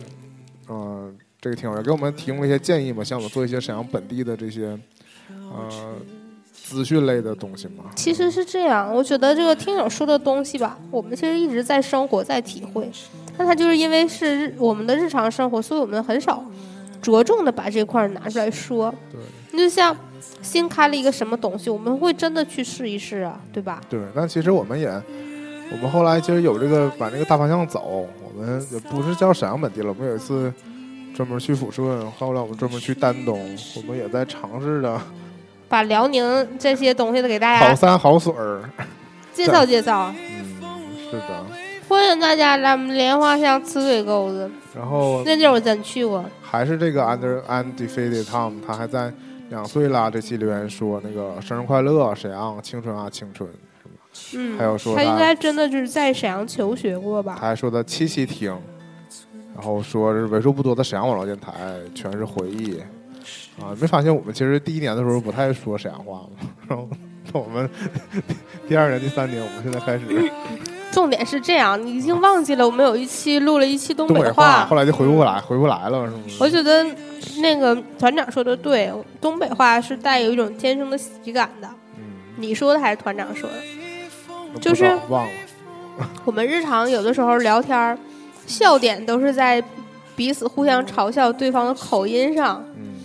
呃，这个听友给我们提供了一些建议嘛，像我们做一些沈阳本地的这些呃资讯类的东西嘛。其实是这样，我觉得这个听友说的东西吧，我们其实一直在生活，在体会，但他就是因为是日我们的日常生活，所以我们很少着重的把这块儿拿出来说。对你就像新开了一个什么东西，我们会真的去试一试啊，对吧？对，但其实我们也，我们后来其实有这个往这个大方向走，我们也不是叫沈阳本地了，我们有一次专门去抚顺，后来我们专门去丹东，我们也在尝试着把辽宁这些东西都给大好家山好水儿。介绍介绍，嗯，是的。欢迎大家来我们莲花乡吃水沟子，然后那地儿我真去过。还是这个 Under Undefeated Tom，他还在两岁啦，这期留言说那个生日快乐，沈阳青春啊青春。嗯，还有说他他应该真的就是在沈阳求学过吧？他还说他七期听，然后说是为数不多的沈阳网络电台，全是回忆啊！没发现我们其实第一年的时候不太说沈阳话嘛， 然后到我们 第二年、第三年，我们现在开始重点是这样，你已经忘记了我们有一期录了一期东东北的话，后来就回不来，回不来了，是吗？我觉得那个团长说的对，东北话是带有一种天生的喜感的。嗯，你说的还是团长说的？不就是知道忘了，我们日常有的时候聊天儿，笑点都是在彼此互相嘲笑对方的口音上，嗯，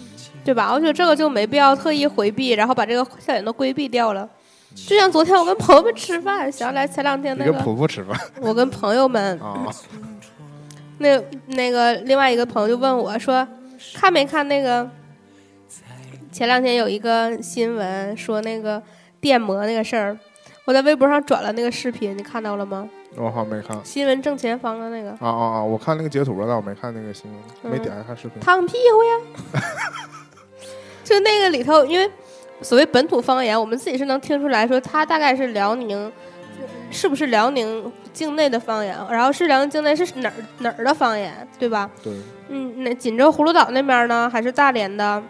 对吧？我觉得这个就没必要特意回避，然后把这个笑点都规避掉了。就像昨天我跟朋友们吃饭，想起来前两天你那跟个，婆婆吃饭我跟朋友们啊？那那个另外一个朋友就问我说，看没看那个？前两天有一个新闻说那个电摩那个事儿，我在微博上转了那个视频，你看到了吗？我好像没看。新闻正前方的那个啊啊啊！我看那个截图了，但我没看那个新嗯闻，没点开看视频。烫屁股呀， 就那个里头，因为所谓本土方言，我们自己是能听出来说，他大概是辽宁，是不是辽宁境内的方言？然后是辽宁境内是哪儿哪儿的方言，对吧？对，嗯，那锦州葫芦岛那边呢，还是大连的？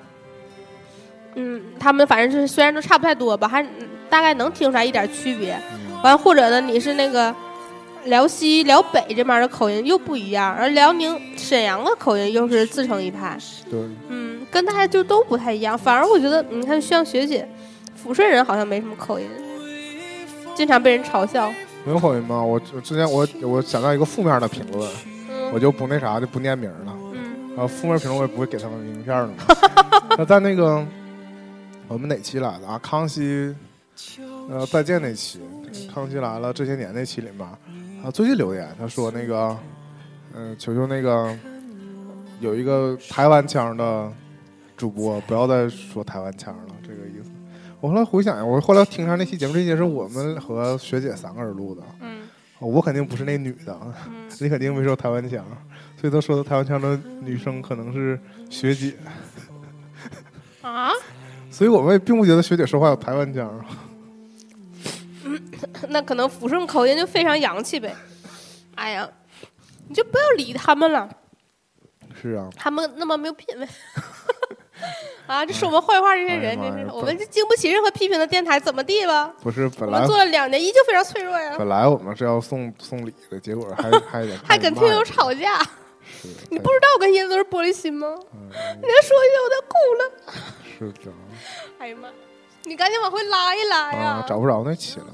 嗯，他们反正是虽然都差不太多吧，还嗯大概能听出来一点区别。嗯完，或者呢，你是那个辽西、辽北这边的口音又不一样，而辽宁沈阳的口音又是自成一派。对，嗯，跟大家就都不太一样。反而我觉得，你看，像学姐，抚顺人好像没什么口音，经常被人嘲笑。没有口音吗？我我之前我我想到一个负面的评论，我嗯就不那啥，就不念名了。嗯，然后负面评论我也不会给他们名片儿的嘛。那在那个我们哪期来的啊？康熙呃再见那期，康熙来了这些年那期里面，啊最近留言他说那个嗯、呃求求那个有一个台湾腔的主播不要再说台湾腔了，这个意思。我后来回想一下，我后来听上那期节目，这期是我们和学姐三个人录的，哦嗯，我肯定不是那女的， 你肯定没说台湾腔，所以他说的台湾腔的女生可能是学姐，啊，所以我们也并不觉得学姐说话有台湾腔。啊 那可能抚顺口音就非常洋气呗。哎呀，你就不要理他们了，是啊，他们那么没有品位。 啊，这说我们坏话这些人，哎呀真妈是呀我们这经不起任何批评的电台，怎么地吧？不是本我来们做了两年，依旧非常脆弱呀，本来我们是要送送礼的，结果还还得还跟听友吵哎架。是你不知道我跟椰子是玻璃心吗？哎你再说一下，我都哭了。是的哎呀妈，你赶紧往回拉一拉哎呀！啊，找不着那期了，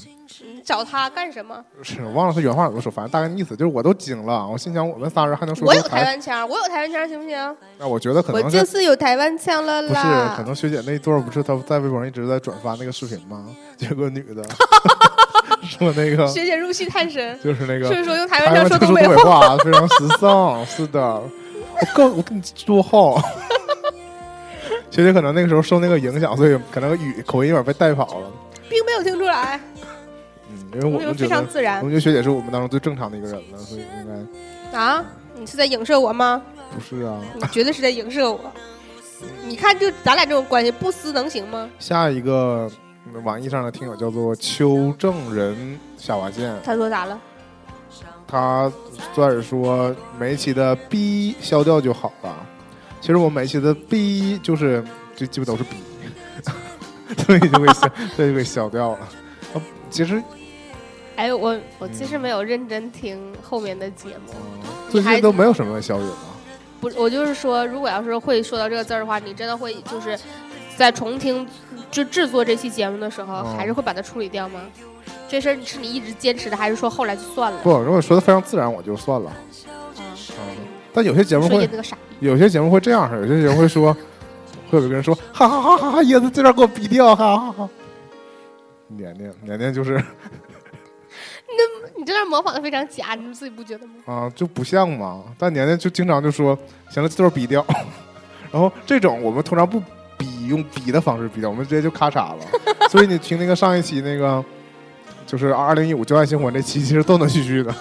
找他干什么？是忘了他原话怎么说，反正大概意思就是我都惊了，我心想我们仨人还能说我有出台，湾腔，我有台湾腔，行不行？那我觉得可我能是就是有台湾腔了不是啦。 可能学姐那一段不是她在微博上一直在转发那个视频吗？结果女的 说那个学姐入戏太深，就是那个所以说用台台湾湾腔说特东殊北话。话，非常时尚。是的，我更我更落 后。学姐可能那个时候受那个影响，所以可能语口音有点被带跑了。并没有听出来，嗯，因为我我们觉哎非得，常自我然们觉得学姐是我们当中最正常的一个人了，所以应该啊！你是在影射我吗？不是啊。你绝对是在影射我。你看，就咱俩这种关系，不撕能行吗？下一个嗯网易上的听友叫做邱正仁夏娃健，他说咋了？他算是说每一期的 B 消掉就好了。其实我每一期的 B 就是这基本都是 B，所以就给消，所以就给消掉了。啊其实，哎，我我其实没有认真听后面的节目嗯，最近都没有什么消息了。不，我就是说，如果要是会说到这个字儿的话，你真的会就是在重听就制作这期节目的时候，嗯还是会把它处理掉吗？这事儿是你一直坚持的，还是说后来就算了？不，如果说的非常自然，我就算了。嗯但有些节目说会叶子，个傻逼，有些节目会这样式儿，有些节目会说，会有一个人说，哈哈哈哈哈，椰子这段给我逼掉，哈哈哈哈。年年年年就是你这段模仿的非常假，你们自己不觉得吗？啊，就不像嘛。但年年就经常就说，行了，这段逼掉。 然后这种我们通常不逼，用逼的方式逼掉，我们直接就咔嚓了。 所以你听那个上一期那个，就是二零一五《旧爱新婚》这期，其实断断续续的，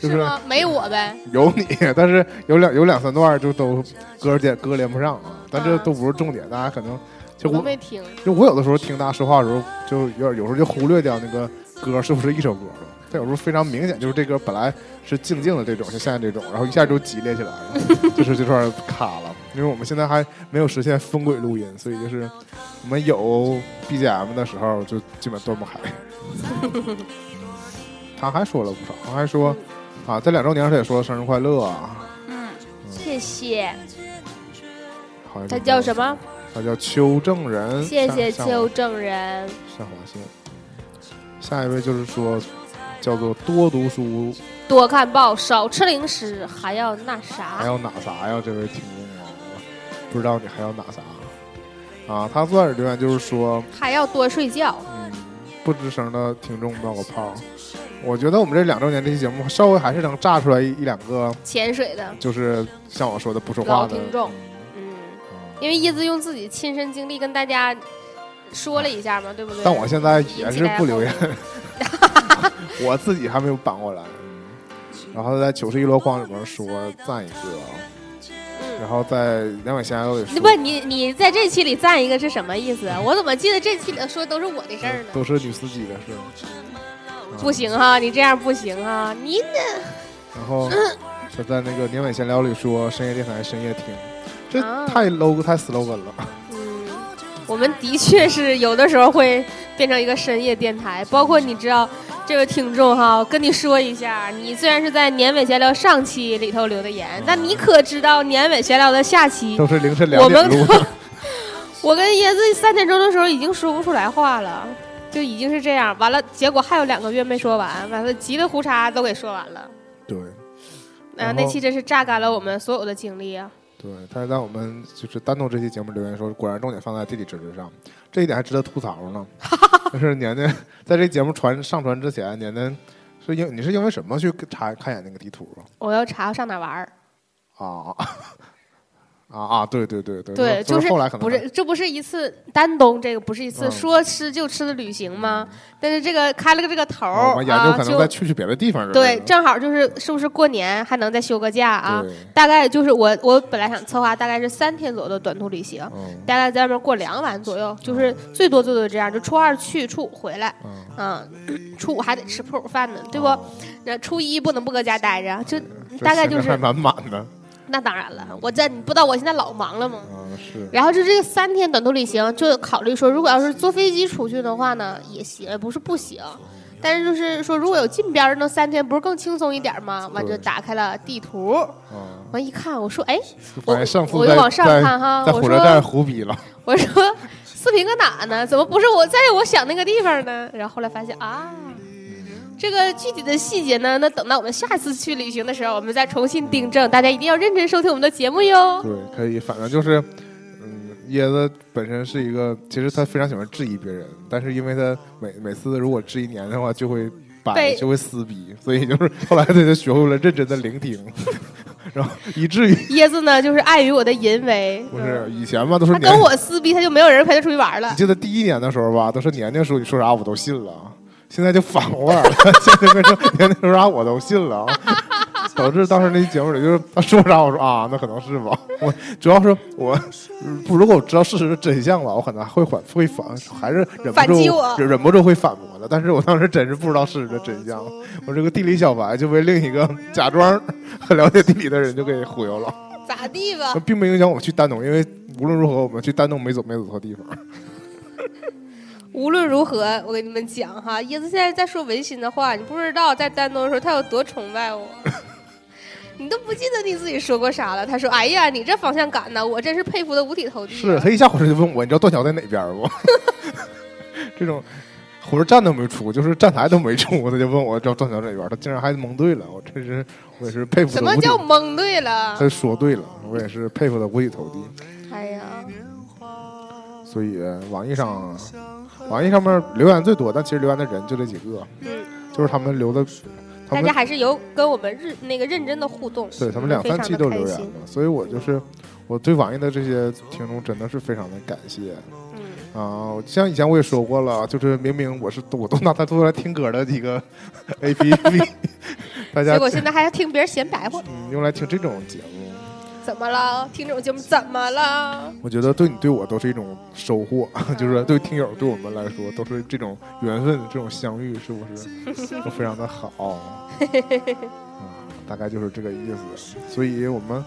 就是是吗？没我呗，有你，但是有两有两三段就都歌连歌连不上啊。但这啊都不是重点，大家可能就我都我没听。就我有的时候听大家说话的时候，就有点有时候就忽略掉那个歌是不是一首歌了。但有时候非常明显，就是这歌本来是静静的这种，像现在这种，然后一下就激烈起来了， 就是这块儿卡了。因为我们现在还没有实现分轨录音，所以就是我们有 BGM 的时候，就基本断不开。 他还说了不少，他还说啊，这两周年他也说生日快乐啊，嗯，谢谢。嗯好像是他叫什么？他叫邱正仁。谢谢像邱正仁。下划线。下一位就是说，叫做多读书，多看报，少吃零食，还要那啥还。要哪啥呀？这位听众啊，我不知道你还要哪啥啊？他算是留言就是说，还要多睡觉。嗯，不吱声的听众冒个泡。我觉得我们这两周年这期节目，稍微还是能炸出来一一两个，潜水的，就是像我说的不说话老的听众嗯嗯，啊因为叶子用自己亲身经历跟大家说了一下嘛，对不对？但我现在引起也是大家不留言 共，鸣我自己还没有扳过来。嗯然后在糗事一箩筐里面说赞一个，啊然嗯，后在两百闲聊里你说不，你你在这期里赞一个是什么意思？我怎么记得这期里说都是我的事儿呢？都是女司机的事儿，啊不。行哈、你这样不行啊！你然后就在那个年尾闲聊里说深夜电台深夜听，这啊太 logo 太 slogan 了。嗯，我们的确是有的时候会变成一个深夜电台，包括你知道这位听众哈，跟你说一下，你虽然是在年尾闲聊上期里头留的言，但你可知道年尾闲聊的下期，都是凌晨两点我录们 的，我跟椰子三点钟的时候已经说不出来话了，就已经是这样，完了结果还有两个月没说完，完了急得胡茬都给说完了，对啊，然后那期真是榨干了我们所有的精力啊，对。但是在我们就是单独这期节目留言说，果然重点放在地理知识上，这一点还值得吐槽 呢。就是年年在这节目传上传之前，年年是因你是因为什么去查看一眼那个地图啊？我要查上哪玩儿。啊啊啊！对对对对对，就就是后来可能不是，这不是一次丹东，这个不是一次嗯说吃就吃的旅行吗？但是这个开了个这个头啊我儿们研究啊，可能就再去去别的地方之类的。对，正好就是是不是过年还能再休个假啊？对大概就是我我本来想策划大概是三天左右的短途旅行，嗯大概在外面过两晚左右，就是最多最多这样，就初二去，初五回来，嗯，嗯，初五还得吃破午饭呢，对不哦？那初一不能不搁家待着，就这大概就现在还是满满的，那当然了，我这你不知道我现在老忙了吗？嗯是，然后就这个三天短途旅行，就考虑说，如果要是坐飞机出去的话呢，也行，也不是不行。但是就是说，如果有近边儿那三天，不是更轻松一点吗？完就对打开了地图，嗯，完一看，我说，哎，发现上次我又在往上在看哈在我火车说站胡逼 了，我说四平搁哪呢？怎么不是我在我想那个地方呢？然后后来发现啊，这个具体的细节呢，那等到我们下次去旅行的时候，我们再重新订正。大家一定要认真收听我们的节目哟。对，可以，反正就是，嗯，椰子本身是一个，其实他非常喜欢质疑别人，但是因为他每每次如果质疑年的话，就会摆被就会撕逼，所以就是 后来他就学会了认真的聆听， 然后以至于椰子呢，就是碍于我的淫为，不嗯是以前嘛都说他年跟，我撕逼，他就没有人陪他出去玩了你。记得第一年的时候吧，都是年年说你说啥我都信了，啊现在就反过来了， 现在变成年年说啥我都信了。导致当时那节目里就是他说啥我说啊，那可能是吧。我主要是我嗯不如果我知道事实真相了，我可能还会反会反，还是忍不反击住我忍不住会反驳的。但是我当时真是不知道事实的真相，我这个地理小白就被另一个假装很了解地理的人就给忽悠了。咋地吧？并不影响我去丹东，因为无论如何我们去丹东没走没走错地方。无论如何，我给你们讲哈，椰子现在在说文心的话，你不知道在丹东的时候他有多崇拜 我，你都不记得你自己说过啥了。他说：“哎呀，你这方向感呐，我真是佩服的五体投地。”啊是他一下火车就问我，你知道断桥在哪边不？ 这种火车站都没出，就是站台都没出，他就问我知道断桥在哪边，他竟然还蒙对了，我真是我也是佩服的。什么叫？蒙对了？他说对了，我也是佩服的五体投地。哎呀，所以网易上，网易上面留言最多，但其实留言的人就这几个，嗯，就是他们留的，大他们家还是有跟我们日那个认真的互动，对他们两非常三地期都留开言心了，所以我就是我对网易的这些听众真的是非常的感谢嗯，啊！像以前我也说过了，就是明明我是我都拿它作为来听歌的一个 A P P，大家嗯结果现在还要听别人闲白话，嗯用来听这种节目，怎么了？听这种节目怎么了？我觉得对你对我都是一种收获， 就是对听友对我们来说都是这种缘分，这种相遇是不是都非常的好？嗯，大概就是这个意思。所以我们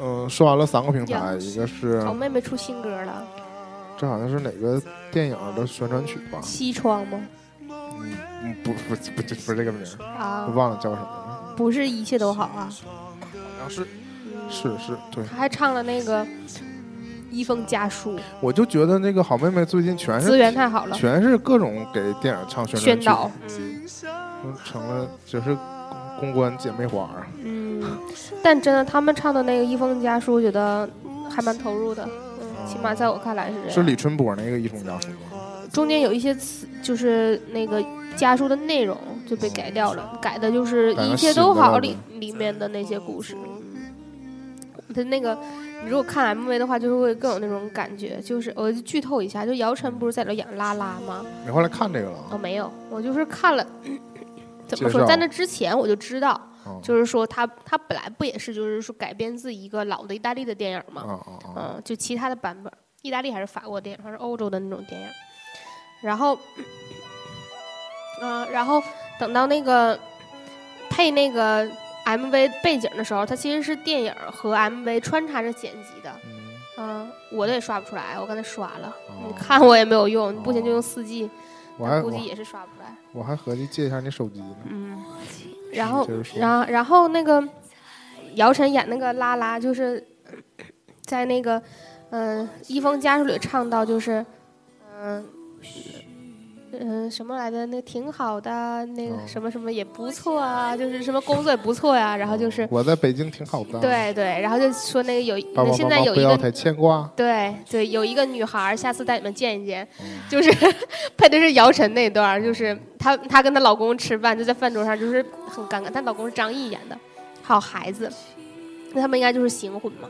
嗯、呃说完了三个平台，一个是小妹妹出新歌了，这好像是哪个电影的宣传曲吧？西窗吗？嗯，嗯不不不不是这个名儿，啊我，忘了叫什么了。不是一切都好啊。好像是是是，对，嗯他还唱了那个《一封家书我就觉得那个好妹妹最近》，全资是源太好了，全是各种给电影唱宣宣传导曲，，嗯成了就是公公关姐妹花儿。嗯，但真的他们唱的那个《一封家书》，我觉得还蛮投入的，嗯，起码在我看来是这哦是样。李春波那个《一封家书》吗？中间有一些词，就是那个家书的内容就被改掉了，改的就是嗯改《成一切都好新的了嗯里》里面的那些故事。他那个，你如果看 MV 的话，就会更有那种感觉。就是我就剧透一下，就姚晨不是在那养拉拉吗？你后来看这个了我啊？哦没有，我就是看 了，怎么介绍说，在那之前我就知道，哦就是说他他本来不也是就是说改编自一个老的意大利的电影嘛，啊啊啊！嗯，就其他的版本，意大利还是法国电影，还是欧洲的那种电影，然后，嗯、然后等到那个配那个 MV 背景的时候，它其实是电影和 MV 穿插着剪辑的，嗯嗯，我的也刷不出来，我刚才刷了，你哦看我也没有用，你不行就用四 G，我还估计我也是刷不出来。我还合计借一下你手机呢。嗯，然后接着，说然后，然后那个姚晨演那个拉拉，就是在那个嗯《一封家书》里唱到，就是嗯嗯什么来着？那挺好的，那个哦什么什么也不错啊，就是什么工作也不错呀、然后就是嗯我在北京挺好的。，对对，然后就说那个有爸爸现妈在妈有不一要个太牵挂。对对，有一个女孩儿，下次带你们见一见，嗯就是配的是姚晨那段儿，就是她她跟她老公吃饭，就在饭桌上，就是很尴尬。她老公是张译演的，好孩子，那他们应该就是行婚嘛？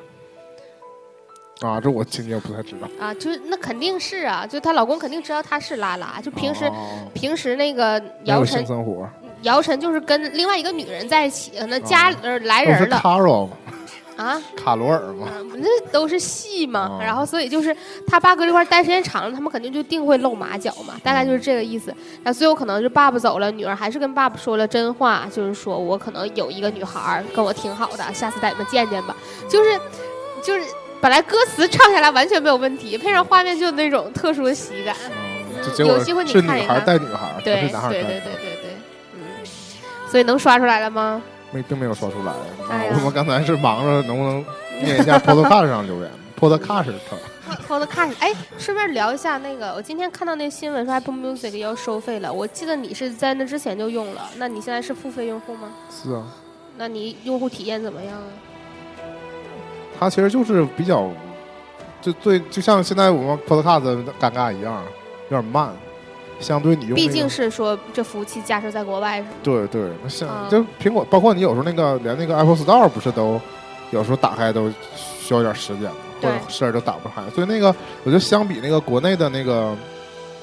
啊，这我情节不太知道。啊，就是那肯定是啊，就她老公肯定知道她是拉拉，就平时、哦平时那个没有姚性晨生活，姚晨就是跟另外一个女人在一起，那哦家里边儿来那不是人了、 Carol 吗啊。卡罗尔吗？嗯那都是戏嘛哦，然后所以就是他爸搁这块儿待时间长了，他们肯定就定会露马脚嘛，大概就是这个意思。然后最后可能是爸爸走了，女儿还是跟爸爸说了真话，就是说我可能有一个女孩儿跟我挺好的，下次带你们见见吧。就是就是本来歌词唱下来完全没有问题，配上画面就有那种特殊的喜感。嗯，嗯就结果有机会你是女看一孩看带女孩，不对对是对男孩带对女对孩，对对，嗯。所以能刷出来了吗？没并没有说出来。哎啊呀我们刚才是忙着能不能念一下 Podcast 上留言，Podcast 上 Podcast，哎，顺便聊一下那个，我今天看到那新闻说 Apple Music 要收费了。我记得你是在那之前就用了，那你现在是付费用户吗？是啊，那你用户体验怎么样啊？它其实就是比较就对，就像现在我们 Podcast 尴尬一样，有点慢。相对你用、那个，毕竟是说这服务器架设在国外是对对，那像、嗯就苹果，包括你有时候那个连那个 Apple Store 不是都有时候打开都需要点时间嘛，或对者事儿都打不开。所以那个我觉得相比那个国内的那个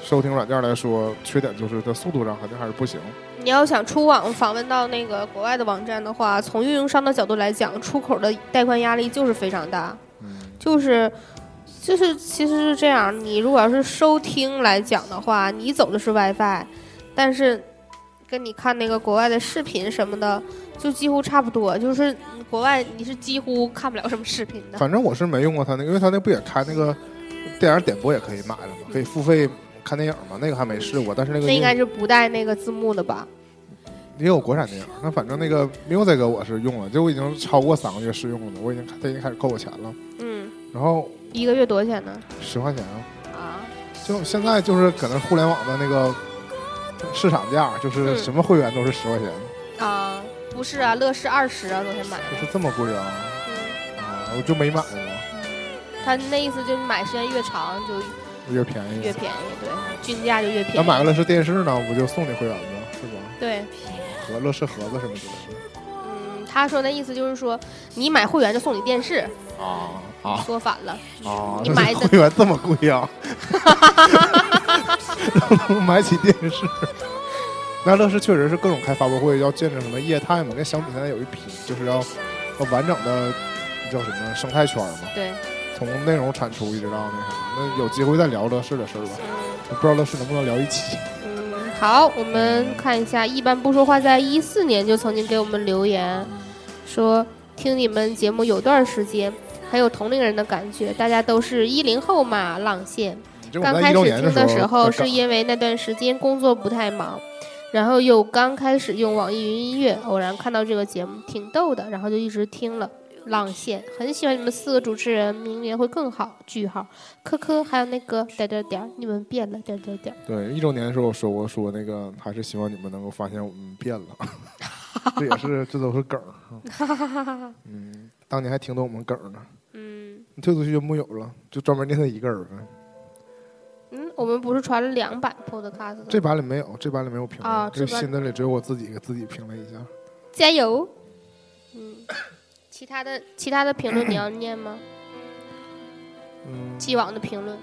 收听软件来说，缺点就是它速度上肯定还是不行。你要想出网访问到那个国外的网站的话，从运营商的角度来讲，出口的带宽压力就是非常大，嗯，就是。就是，其实是这样。你如果要是收听来讲的话，你走的是 WiFi，但是跟你看那个国外的视频什么的，就几乎差不多。就是国外你是几乎看不了什么视频的。反正我是没用过它那个，因为它那不也开那个电影点播也可以买了嘛，可以付费看电影嘛，那个还没试过。但是那个那应音该是不带那个字幕的吧？也有国产电影，那反正那个 Music 我是用了，就我已经超过三个月试用了，我已经它已经开始扣我钱了。嗯，然后一个月多少钱呢？十块钱啊，啊，就现在就是可能互联网的那个市场价，就是嗯什么会员都是十块钱，啊，不是啊，乐视二十啊，昨天买就的。是这么贵啊，嗯，啊，我就没买过，他那意思就是买时间越长就越便宜越。便宜，对，均价就越便宜。那买个乐视电视呢，我就送你会员吗？是吧？对，和乐视盒子什么之类嗯，他说那意思就是说，你买会员就送你电视，的。啊啊说反了。啊！你这买的会员这么贵 啊？能买起电视？那乐视确实是各种开发布会，要见证什么业态嘛，跟小米现在有一批，就是要要完整的叫什么生态圈嘛。对，从内容产出一直到那啥，那有机会再聊乐视的事儿吧。不知道乐视能不能聊一 起？嗯，好，我们看一下，一般不说话，在一四年就曾经给我们留言，说听你们节目有段时间，很有同龄人的感觉，大家都是一零后嘛，浪线。你这我刚们在开一始六年听的时时呃候是一因为那段时间工作不太忙，然后又刚开始用网易云音乐，偶然看到这个节目，挺逗的，然后就一直听了。浪线很喜欢你们四个主持人，明年会更好。句号，科科，还有那个点儿点儿点儿，你们变了点儿点儿点儿。对一周年的时候我说过，说那个还是希望你们能够发现我们 变了，这也是这都是梗儿。 嗯，当年还挺懂我们梗儿呢，嗯退出去就木有了，就专门念他一个人呗。啊嗯，我们不是传了两版 Podcast 吗这版里没有，这版里没有评论，啊这这版嗯新的里只有我自己给自己评了一下。加油。嗯，其他的其他的评论你要念吗？嗯，既往的评论。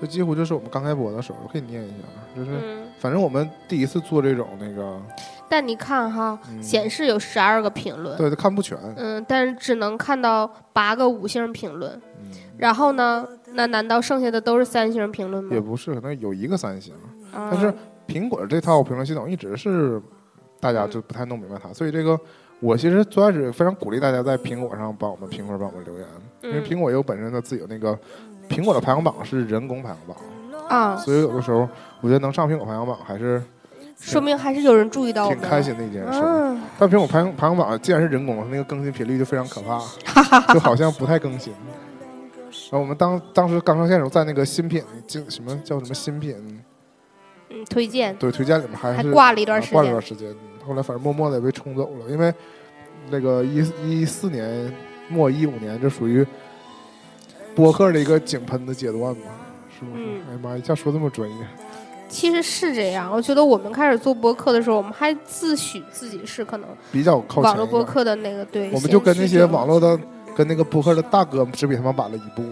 这几乎就是我们刚开播的时候，我可以念一下，啊就是、嗯，反正我们第一次做这种那个，但你看哈，嗯、显示有十二个评论，对，它看不全。嗯，但是只能看到八个五星评论。嗯然后呢，那难道剩下的都是三星评论也吗？不是，可能有一个三星，啊但是苹果这套评论系统一直是大家嗯就不太弄明白它，所以这个我其实最开始非常鼓励大家在苹果上帮我们评分、帮我们留言，因为嗯苹果有本身的自己有那个苹果的排行榜是人工排行榜，啊，所以有的时候我觉得能上苹果排行榜还是说明还是有人注意到我挺们了。开心的一件事儿。哦嗯，但苹果排行排行榜既然是人工，那个更新频率就非常 可怕，就好像不太更新。然后我们当当时刚上线的时候，在那个新品经什么叫什么新品嗯，推荐对，推荐里面还还是挂了一段啊时挂了一间段。时间，嗯后来反正默默的也被冲走了，因为那个一一四年末一五年，这属于播客的一个井喷的阶段嘛，是不是？嗯哎呀妈，一下说这么专业，其实是这样，我觉得我们开始做播客的时候，我们还自诩自己是可能比较靠前网一络点。播客的那个对，我们先就跟那驱些者网络的。跟那个播客的大哥只比他们晚了一步，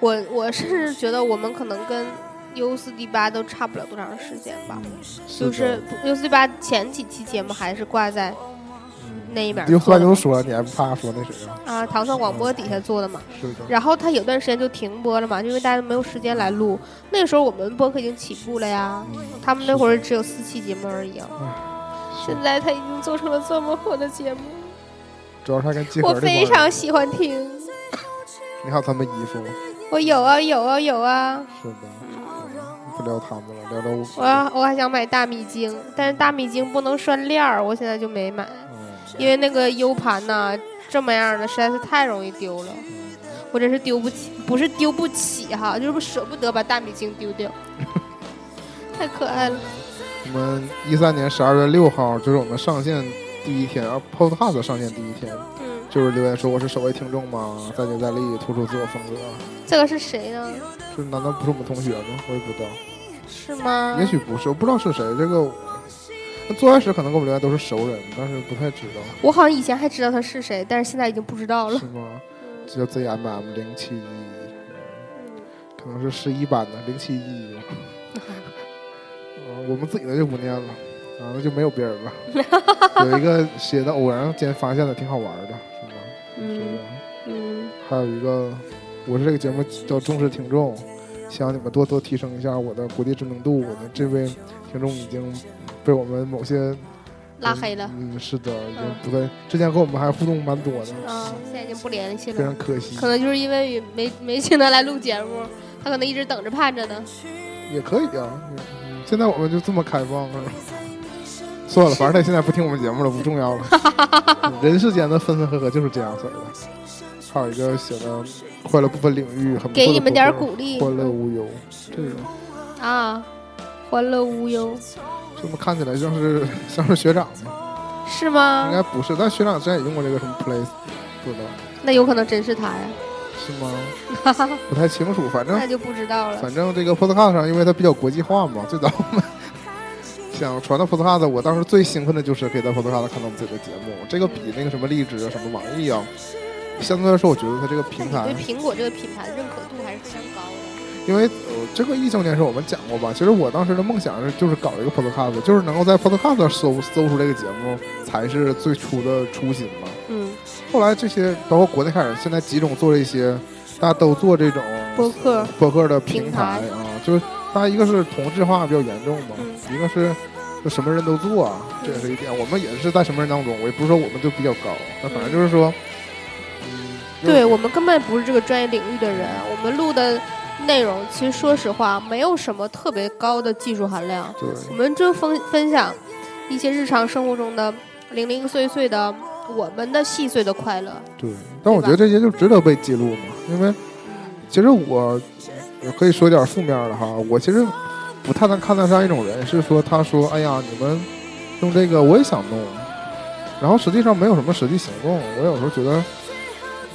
我我是 觉得我们可能跟 U 四 D 八都差不了多长时间吧，嗯就是 U 四 D 八前几期节目还是挂在那一边儿有做话的嗯就嘛说了，你还不怕说那谁啊？啊，唐宋广播底下做的嘛。是的，然后它有段时间就停播了嘛，因为大家没有时间来录。那个时候我们播客已经起步了呀，嗯他们那会儿只有四期节目而已啊。是现在它已经做成了这么火的节目，主要是还跟集合我这非关系常喜欢听。你看他们衣服，我有啊有啊有啊，是的，不聊他们了，聊聊我我还想买大米精，但是大米精不能拴链儿，我现在就没买。嗯因为那个 U 盘呐、这么样的实在是太容易丢了，我真是丢不起，不是丢不起哈，就是舍不得把大米精丢 掉，太可爱了。我们一三年十二月六号就是我们上线第一天，啊，Podcast 上线第一天，嗯，就是留言说我是首位听众吗？再接再厉，突出自我风格。这个是谁呢？这难道不是我们同学吗？我也不知道，是吗？也许不是，我不知道是谁。这个那最开始可能给我们留言都是熟人，但是不太知道，我好像以前还知道他是谁，但是现在已经不知道了嗯是。吗？叫 ZMM 零七一，可能是十一班的零七 一。啊嗯我们自己的就不念了，啊，那就没有 别人了。有一个写的偶然间发现的，挺好玩的，是吗？这嗯个嗯，还有一个，我是这个节目的忠实听众，希望你们多多提升一下我的国际知名度。我的这位听众已经被我们某些拉黑了。嗯，是的，已经不在。之前和我们还互动蛮多的，嗯，现在已经不联系非常了。可惜可。能就是因为没没请他来录节目，他可能一直等着盼着呢。也可以啊，嗯嗯现在我们就这么开放是吧？算了，反正他现在不听我们节目了，不重要了。 嗯人世间的分分合合就是这样子的。还有一个写的快乐不分领域，很不错的给你们点儿博客鼓励欢乐无忧，这个。啊！欢乐无忧这么看起来像是像是学长吗？是应吗？该不是，但学长之前也用过这个什么 place，不知道那有可能真是他呀，是 吗？不太清楚，反正那就不知道了。反正这个 podcast 上，因为它比较国际化嘛，最早我们 想传到 podcast，我当时最兴奋的就是可以在 podcast 看到我们自己的节目，这个比那个什么荔枝啊、什么网易啊，相对来说，我觉得它这个那平你台对苹果这个品牌的认可度还是非常高的。因为呃，这个一周年时候我们讲过吧，其实我当时的梦想是就是搞一个 podcast，就是能够在 podcast 上搜搜出这个节目才是最初的初心嘛。嗯，后来这些包括国内开始，现在集中做这些，大家都做这种播客，播客的平台平啊，就是大家一个是同质化比较严重嘛，嗯一个是就什么人都做啊，这也是一点。我们也是在什么人当中，我也不是说我们就比较高，那反正就是说，嗯，就是对我们根本不是这个专业领域的人，我们录的内容其实说实话没有什么特别高的技术含量，对我们就分分享一些日常生活中的零零碎碎的我们的细碎的快乐。对，但我觉得这些就值得被记录嘛，因嗯为其实我我可以说点负面的哈，我其实不太能看得上一种人，是说他说哎呀你们弄这个我也想弄，然后实际上没有什么实际行动，我有时候觉得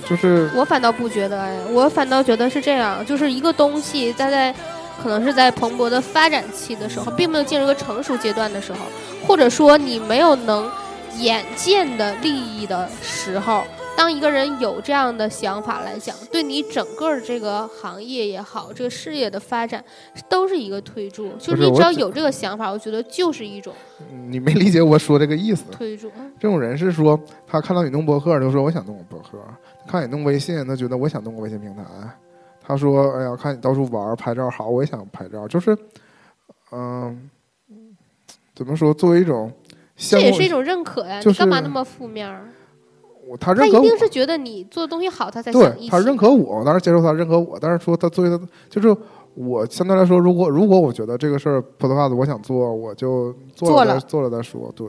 就是我反倒不觉得，哎，我反倒觉得是这样，就是一个东西它在可能是在蓬勃的发展期的时候，并没有进入一个成熟阶段的时候，或者说你没有能眼见的利益的时候，当一个人有这样的想法来讲，对你整个儿这个行业也好，这个事业的发展都是一个推助。就不是你只要我只有这个想法，我觉得就是一种嗯你没理解我说这个意思，推助。这种人是说，他看到你弄博客，就说我想弄个博客；看你弄微信，他觉得我想弄个微信平台。他说：“哎呀，看你到处玩儿拍照好，我也想拍照。”就是，嗯、怎么说？作为一种这项目，也是一种认可呀，就你干嘛是那么负面儿？我他他认一可我，定是觉得你做的东西好，他才想一对起。他认可我，我当时接受他认可我，但是说他作为他就是我相对来说，如果如果我觉得这个事儿 p o d c 我想做，我就做做了了再做了再说，对，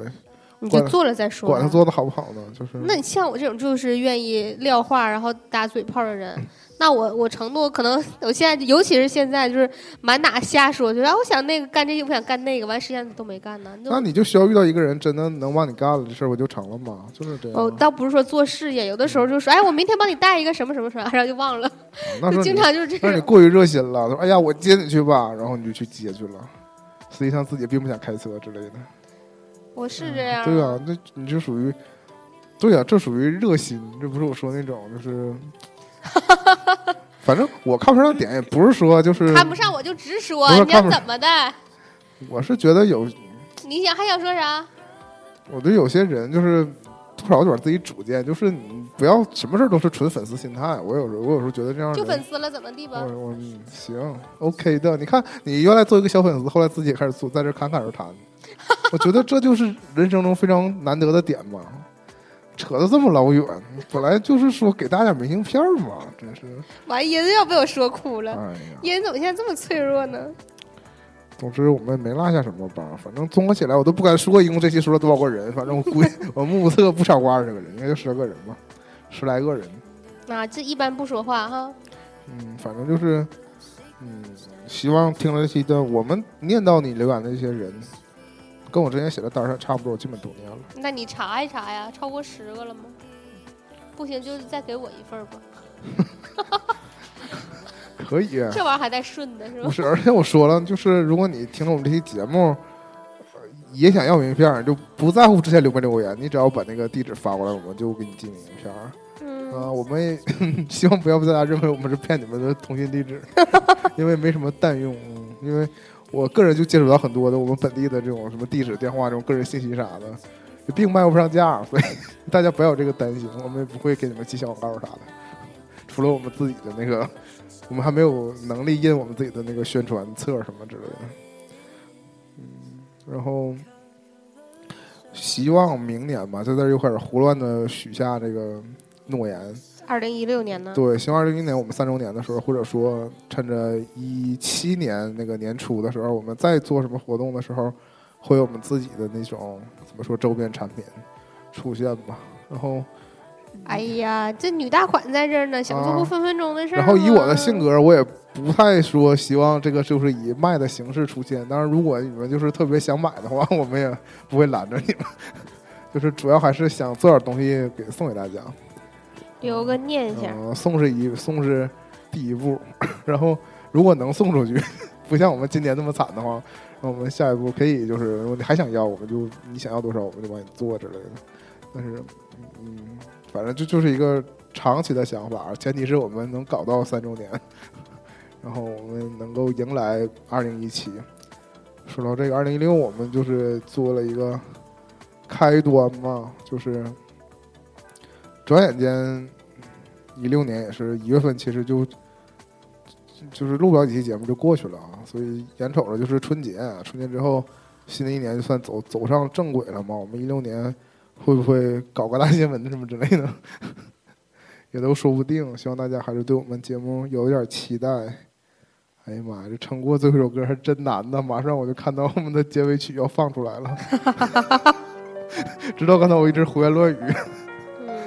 你管就他做了再说。啊管他。做的好不好呢，就是那你像我这种就是愿意撂话然后打嘴炮的嗯人，那我我承诺可能我现在尤其是现在就是满哪瞎说，就啊我想那个干这个，我想干那个，完实际上都没干呢。那你就需要遇到一个人真的能帮你干了，这事儿不就成了吗？就是这样。哦，倒不是说做事业，有的时候就说，哎，我明天帮你带一个什么什么什么，然后就忘了，嗯那时就候经你，常就是这那你种。过于热心了，说哎呀我接你去吧，然后你就去接去了，实际上自己并不想开车之类的。我是这样，对啊，那你就属于，对啊，这属于热心，这不是我说那种就是， 反正我看不上点也不是说就是，看不上我就直说不是，你看想不上怎么的？我是觉得有，你想还想说啥？我对有些人就是。多少有点自己主见，就是你不要什么事儿都是纯粉丝心态。我有时候我有时候觉得这样就人粉丝了，怎么地吧？我我嗯行，OK 的。你看，你原来做一个小粉丝，后来自己也开始做，在这侃侃而谈，我觉得这就是人生中非常难得的点嘛。扯得这么老远，本来就是说给大家明信片儿嘛，真是，完，银子要被我说哭哎了。呀，银子怎么现在这么脆弱呢？总之我们没落下什么吧，反正综合起来我都不敢说一共这期说了多少个人，反正我估计 我目测不超过二十个人，应该就十来个人吧，十来个人，啊，这一般不说话哈。嗯，反正就是，嗯，希望听了这期的我们念到你留言的这些人，跟我之前写的单上差不多，我基本都念了。那你查一查呀，超过十个了吗？不行就再给我一份儿 吧。可以。啊这玩意儿还带顺的是不吧？是，而且我说了，就是如果你听了我们这期节目，呃也想要名片儿，就不在乎之前留没留言，你只要把那个地址发过来，我们就给你寄名片儿。啊、嗯，我们也 希望不要被大家认为我们是骗你们的通信地址， 因为没什么蛋用。嗯因为我个人就接触到很多的我们本地的这种什么地址、电话这种个人信息啥的，也并卖不上价，所以大家不要有这个担心，我们也不会给你们寄小广告啥的。除了我们自己的那个，我们还没有能力印我们自己的那个宣传册什么之类的。嗯，然后希望明年吧，在这儿又开始胡乱的许下这个诺言。二零一六年呢，对，希望二零一年我们三周年的时候，或者说趁着一七年那个年初的时候，我们再做什么活动的时候，会有我们自己的那种怎么说周边产品出现吧。然后，哎呀，这女大款在这儿呢，想做啊不分分钟的事儿吗、然后以我的性格，我也不太说希望这个就是以卖的形式出现。当然，如果你们就是特别想买的话， 我们也不会拦着你们。 就是主要还是想做点东西给送给大家。留个念想，嗯，送是一送是第一步， 然后如果能送出去， 不像我们今年那么惨的话，那我们下一步可以就是，如果你还想要，我们就你想要多少，我们就帮你做之类的。但是，嗯，反正就就是一个长期的想法，前提是我们能搞到三周年， 然后我们能够迎来二零一七。说到这个，二零一六我们就是做了一个开端嘛，就是转眼间一六年也是一月份，其实就就是录不了几期节目就过去了啊，所以眼瞅着就是春节，啊春节之后新的一年就算走走上正轨了嘛。我们一六年会不会搞个大新闻什么之类的， 也都说不定。希望大家还是对我们节目有一点期待。哎呀妈呀，这撑过最后一首歌还真难呐！马上我就看到我们的结尾曲要放出来了， 直到刚才我一直胡言乱语。嗯，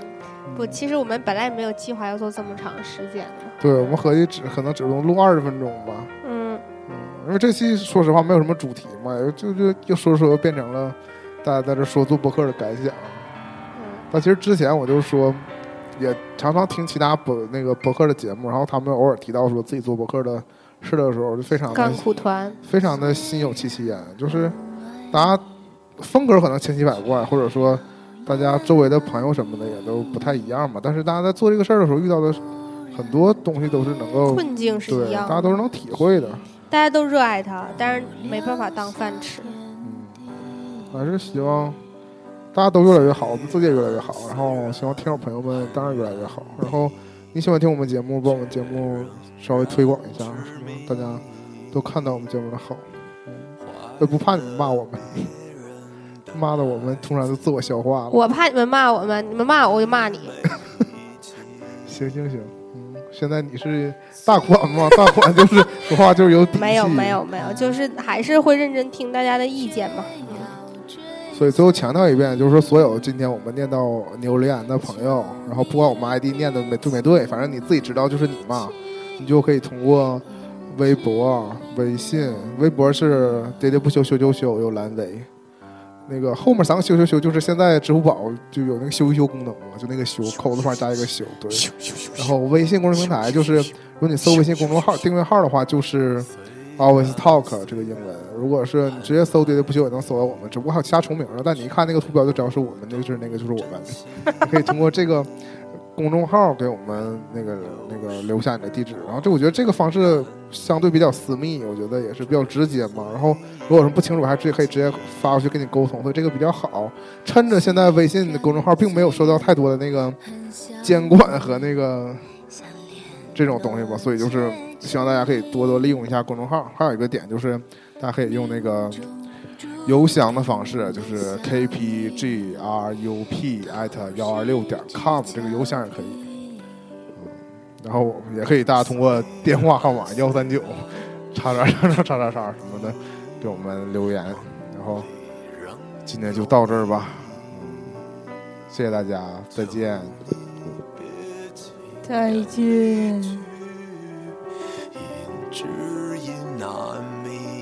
不，其实我们本来也没有计划要做这么长时间的，对我们合计只可能只能录二十分钟吧，嗯，嗯，因为这期说实话没有什么主题嘛，就就又说着说着变成了大家在这说做播客的感想。嗯但其实之前我就说，也常常听其他播那个播客的节目，然后他们偶尔提到说自己做播客的事的时候，就非常的干苦团，非常的心有戚戚焉，就是大家风格可能千奇百怪，或者说大家周围的朋友什么的也都不太一样嘛，但是大家在做这个事儿的时候遇到的很多东西都是能够困境是哦对一大样家的，都是能体会的。大家都热爱它，但是没办法当饭吃。嗯，还是希望大家都越来越好，我们自己也越来越好，然后希望听友朋友们当然越来越好。然后你喜欢听我们节目，把我们节目稍微推广一下，希望大家都看到我们节目的好，嗯，也不怕你们骂我们，骂的我们突然就自我消化了。我怕你们骂我们，你们骂我，我就骂你。行行行，嗯，现在你是大款吗？大款就是说话就是有底气，没有没有没有，就是还是会认真听大家的意见嘛。所以最后强调一遍，就是说所有今天我们念到牛留言的朋友，然后不管我们 ID 念的没对没对，反正你自己知道就是你嘛，你就可以通过微博、微信，微博是喋喋不休，休休休，有蓝维。那个后面三个休休休，就是现在支付宝就有那个休一休功能嘛，就那个休口字旁加一个休，对。然后微信公众平台就是，如果你搜微信公众号订阅号的话，啊就是 Always Talk 这个英文。如果是你直接搜喋喋不休，也能搜到我们，只不过还有其他重名了。但你一看那个图标就知道是我们，那就是那个就是我们。你可以通过这个公众号给我们那个那个留下你的地址。然后这我觉得这个方式相对比较私密，我觉得也是比较直接嘛。然后如果有什么不清楚，还直接可以直接发过去跟你沟通，所以这个比较好。趁着现在微信的公众号并没有受到太多的那个监管和那个这种东西吧，所以就是希望大家可以多多利用一下公众号。还有一个点就是，大家可以用那个邮箱的方式，就是 kpgrup at 幺二六点 com 这个邮箱也可以。嗯然后也可以大家通过电话号码幺三九叉叉叉叉叉叉叉什么的给我们留言。然后今天就到这儿吧，嗯谢谢大家，再见。再见。一直引难觅。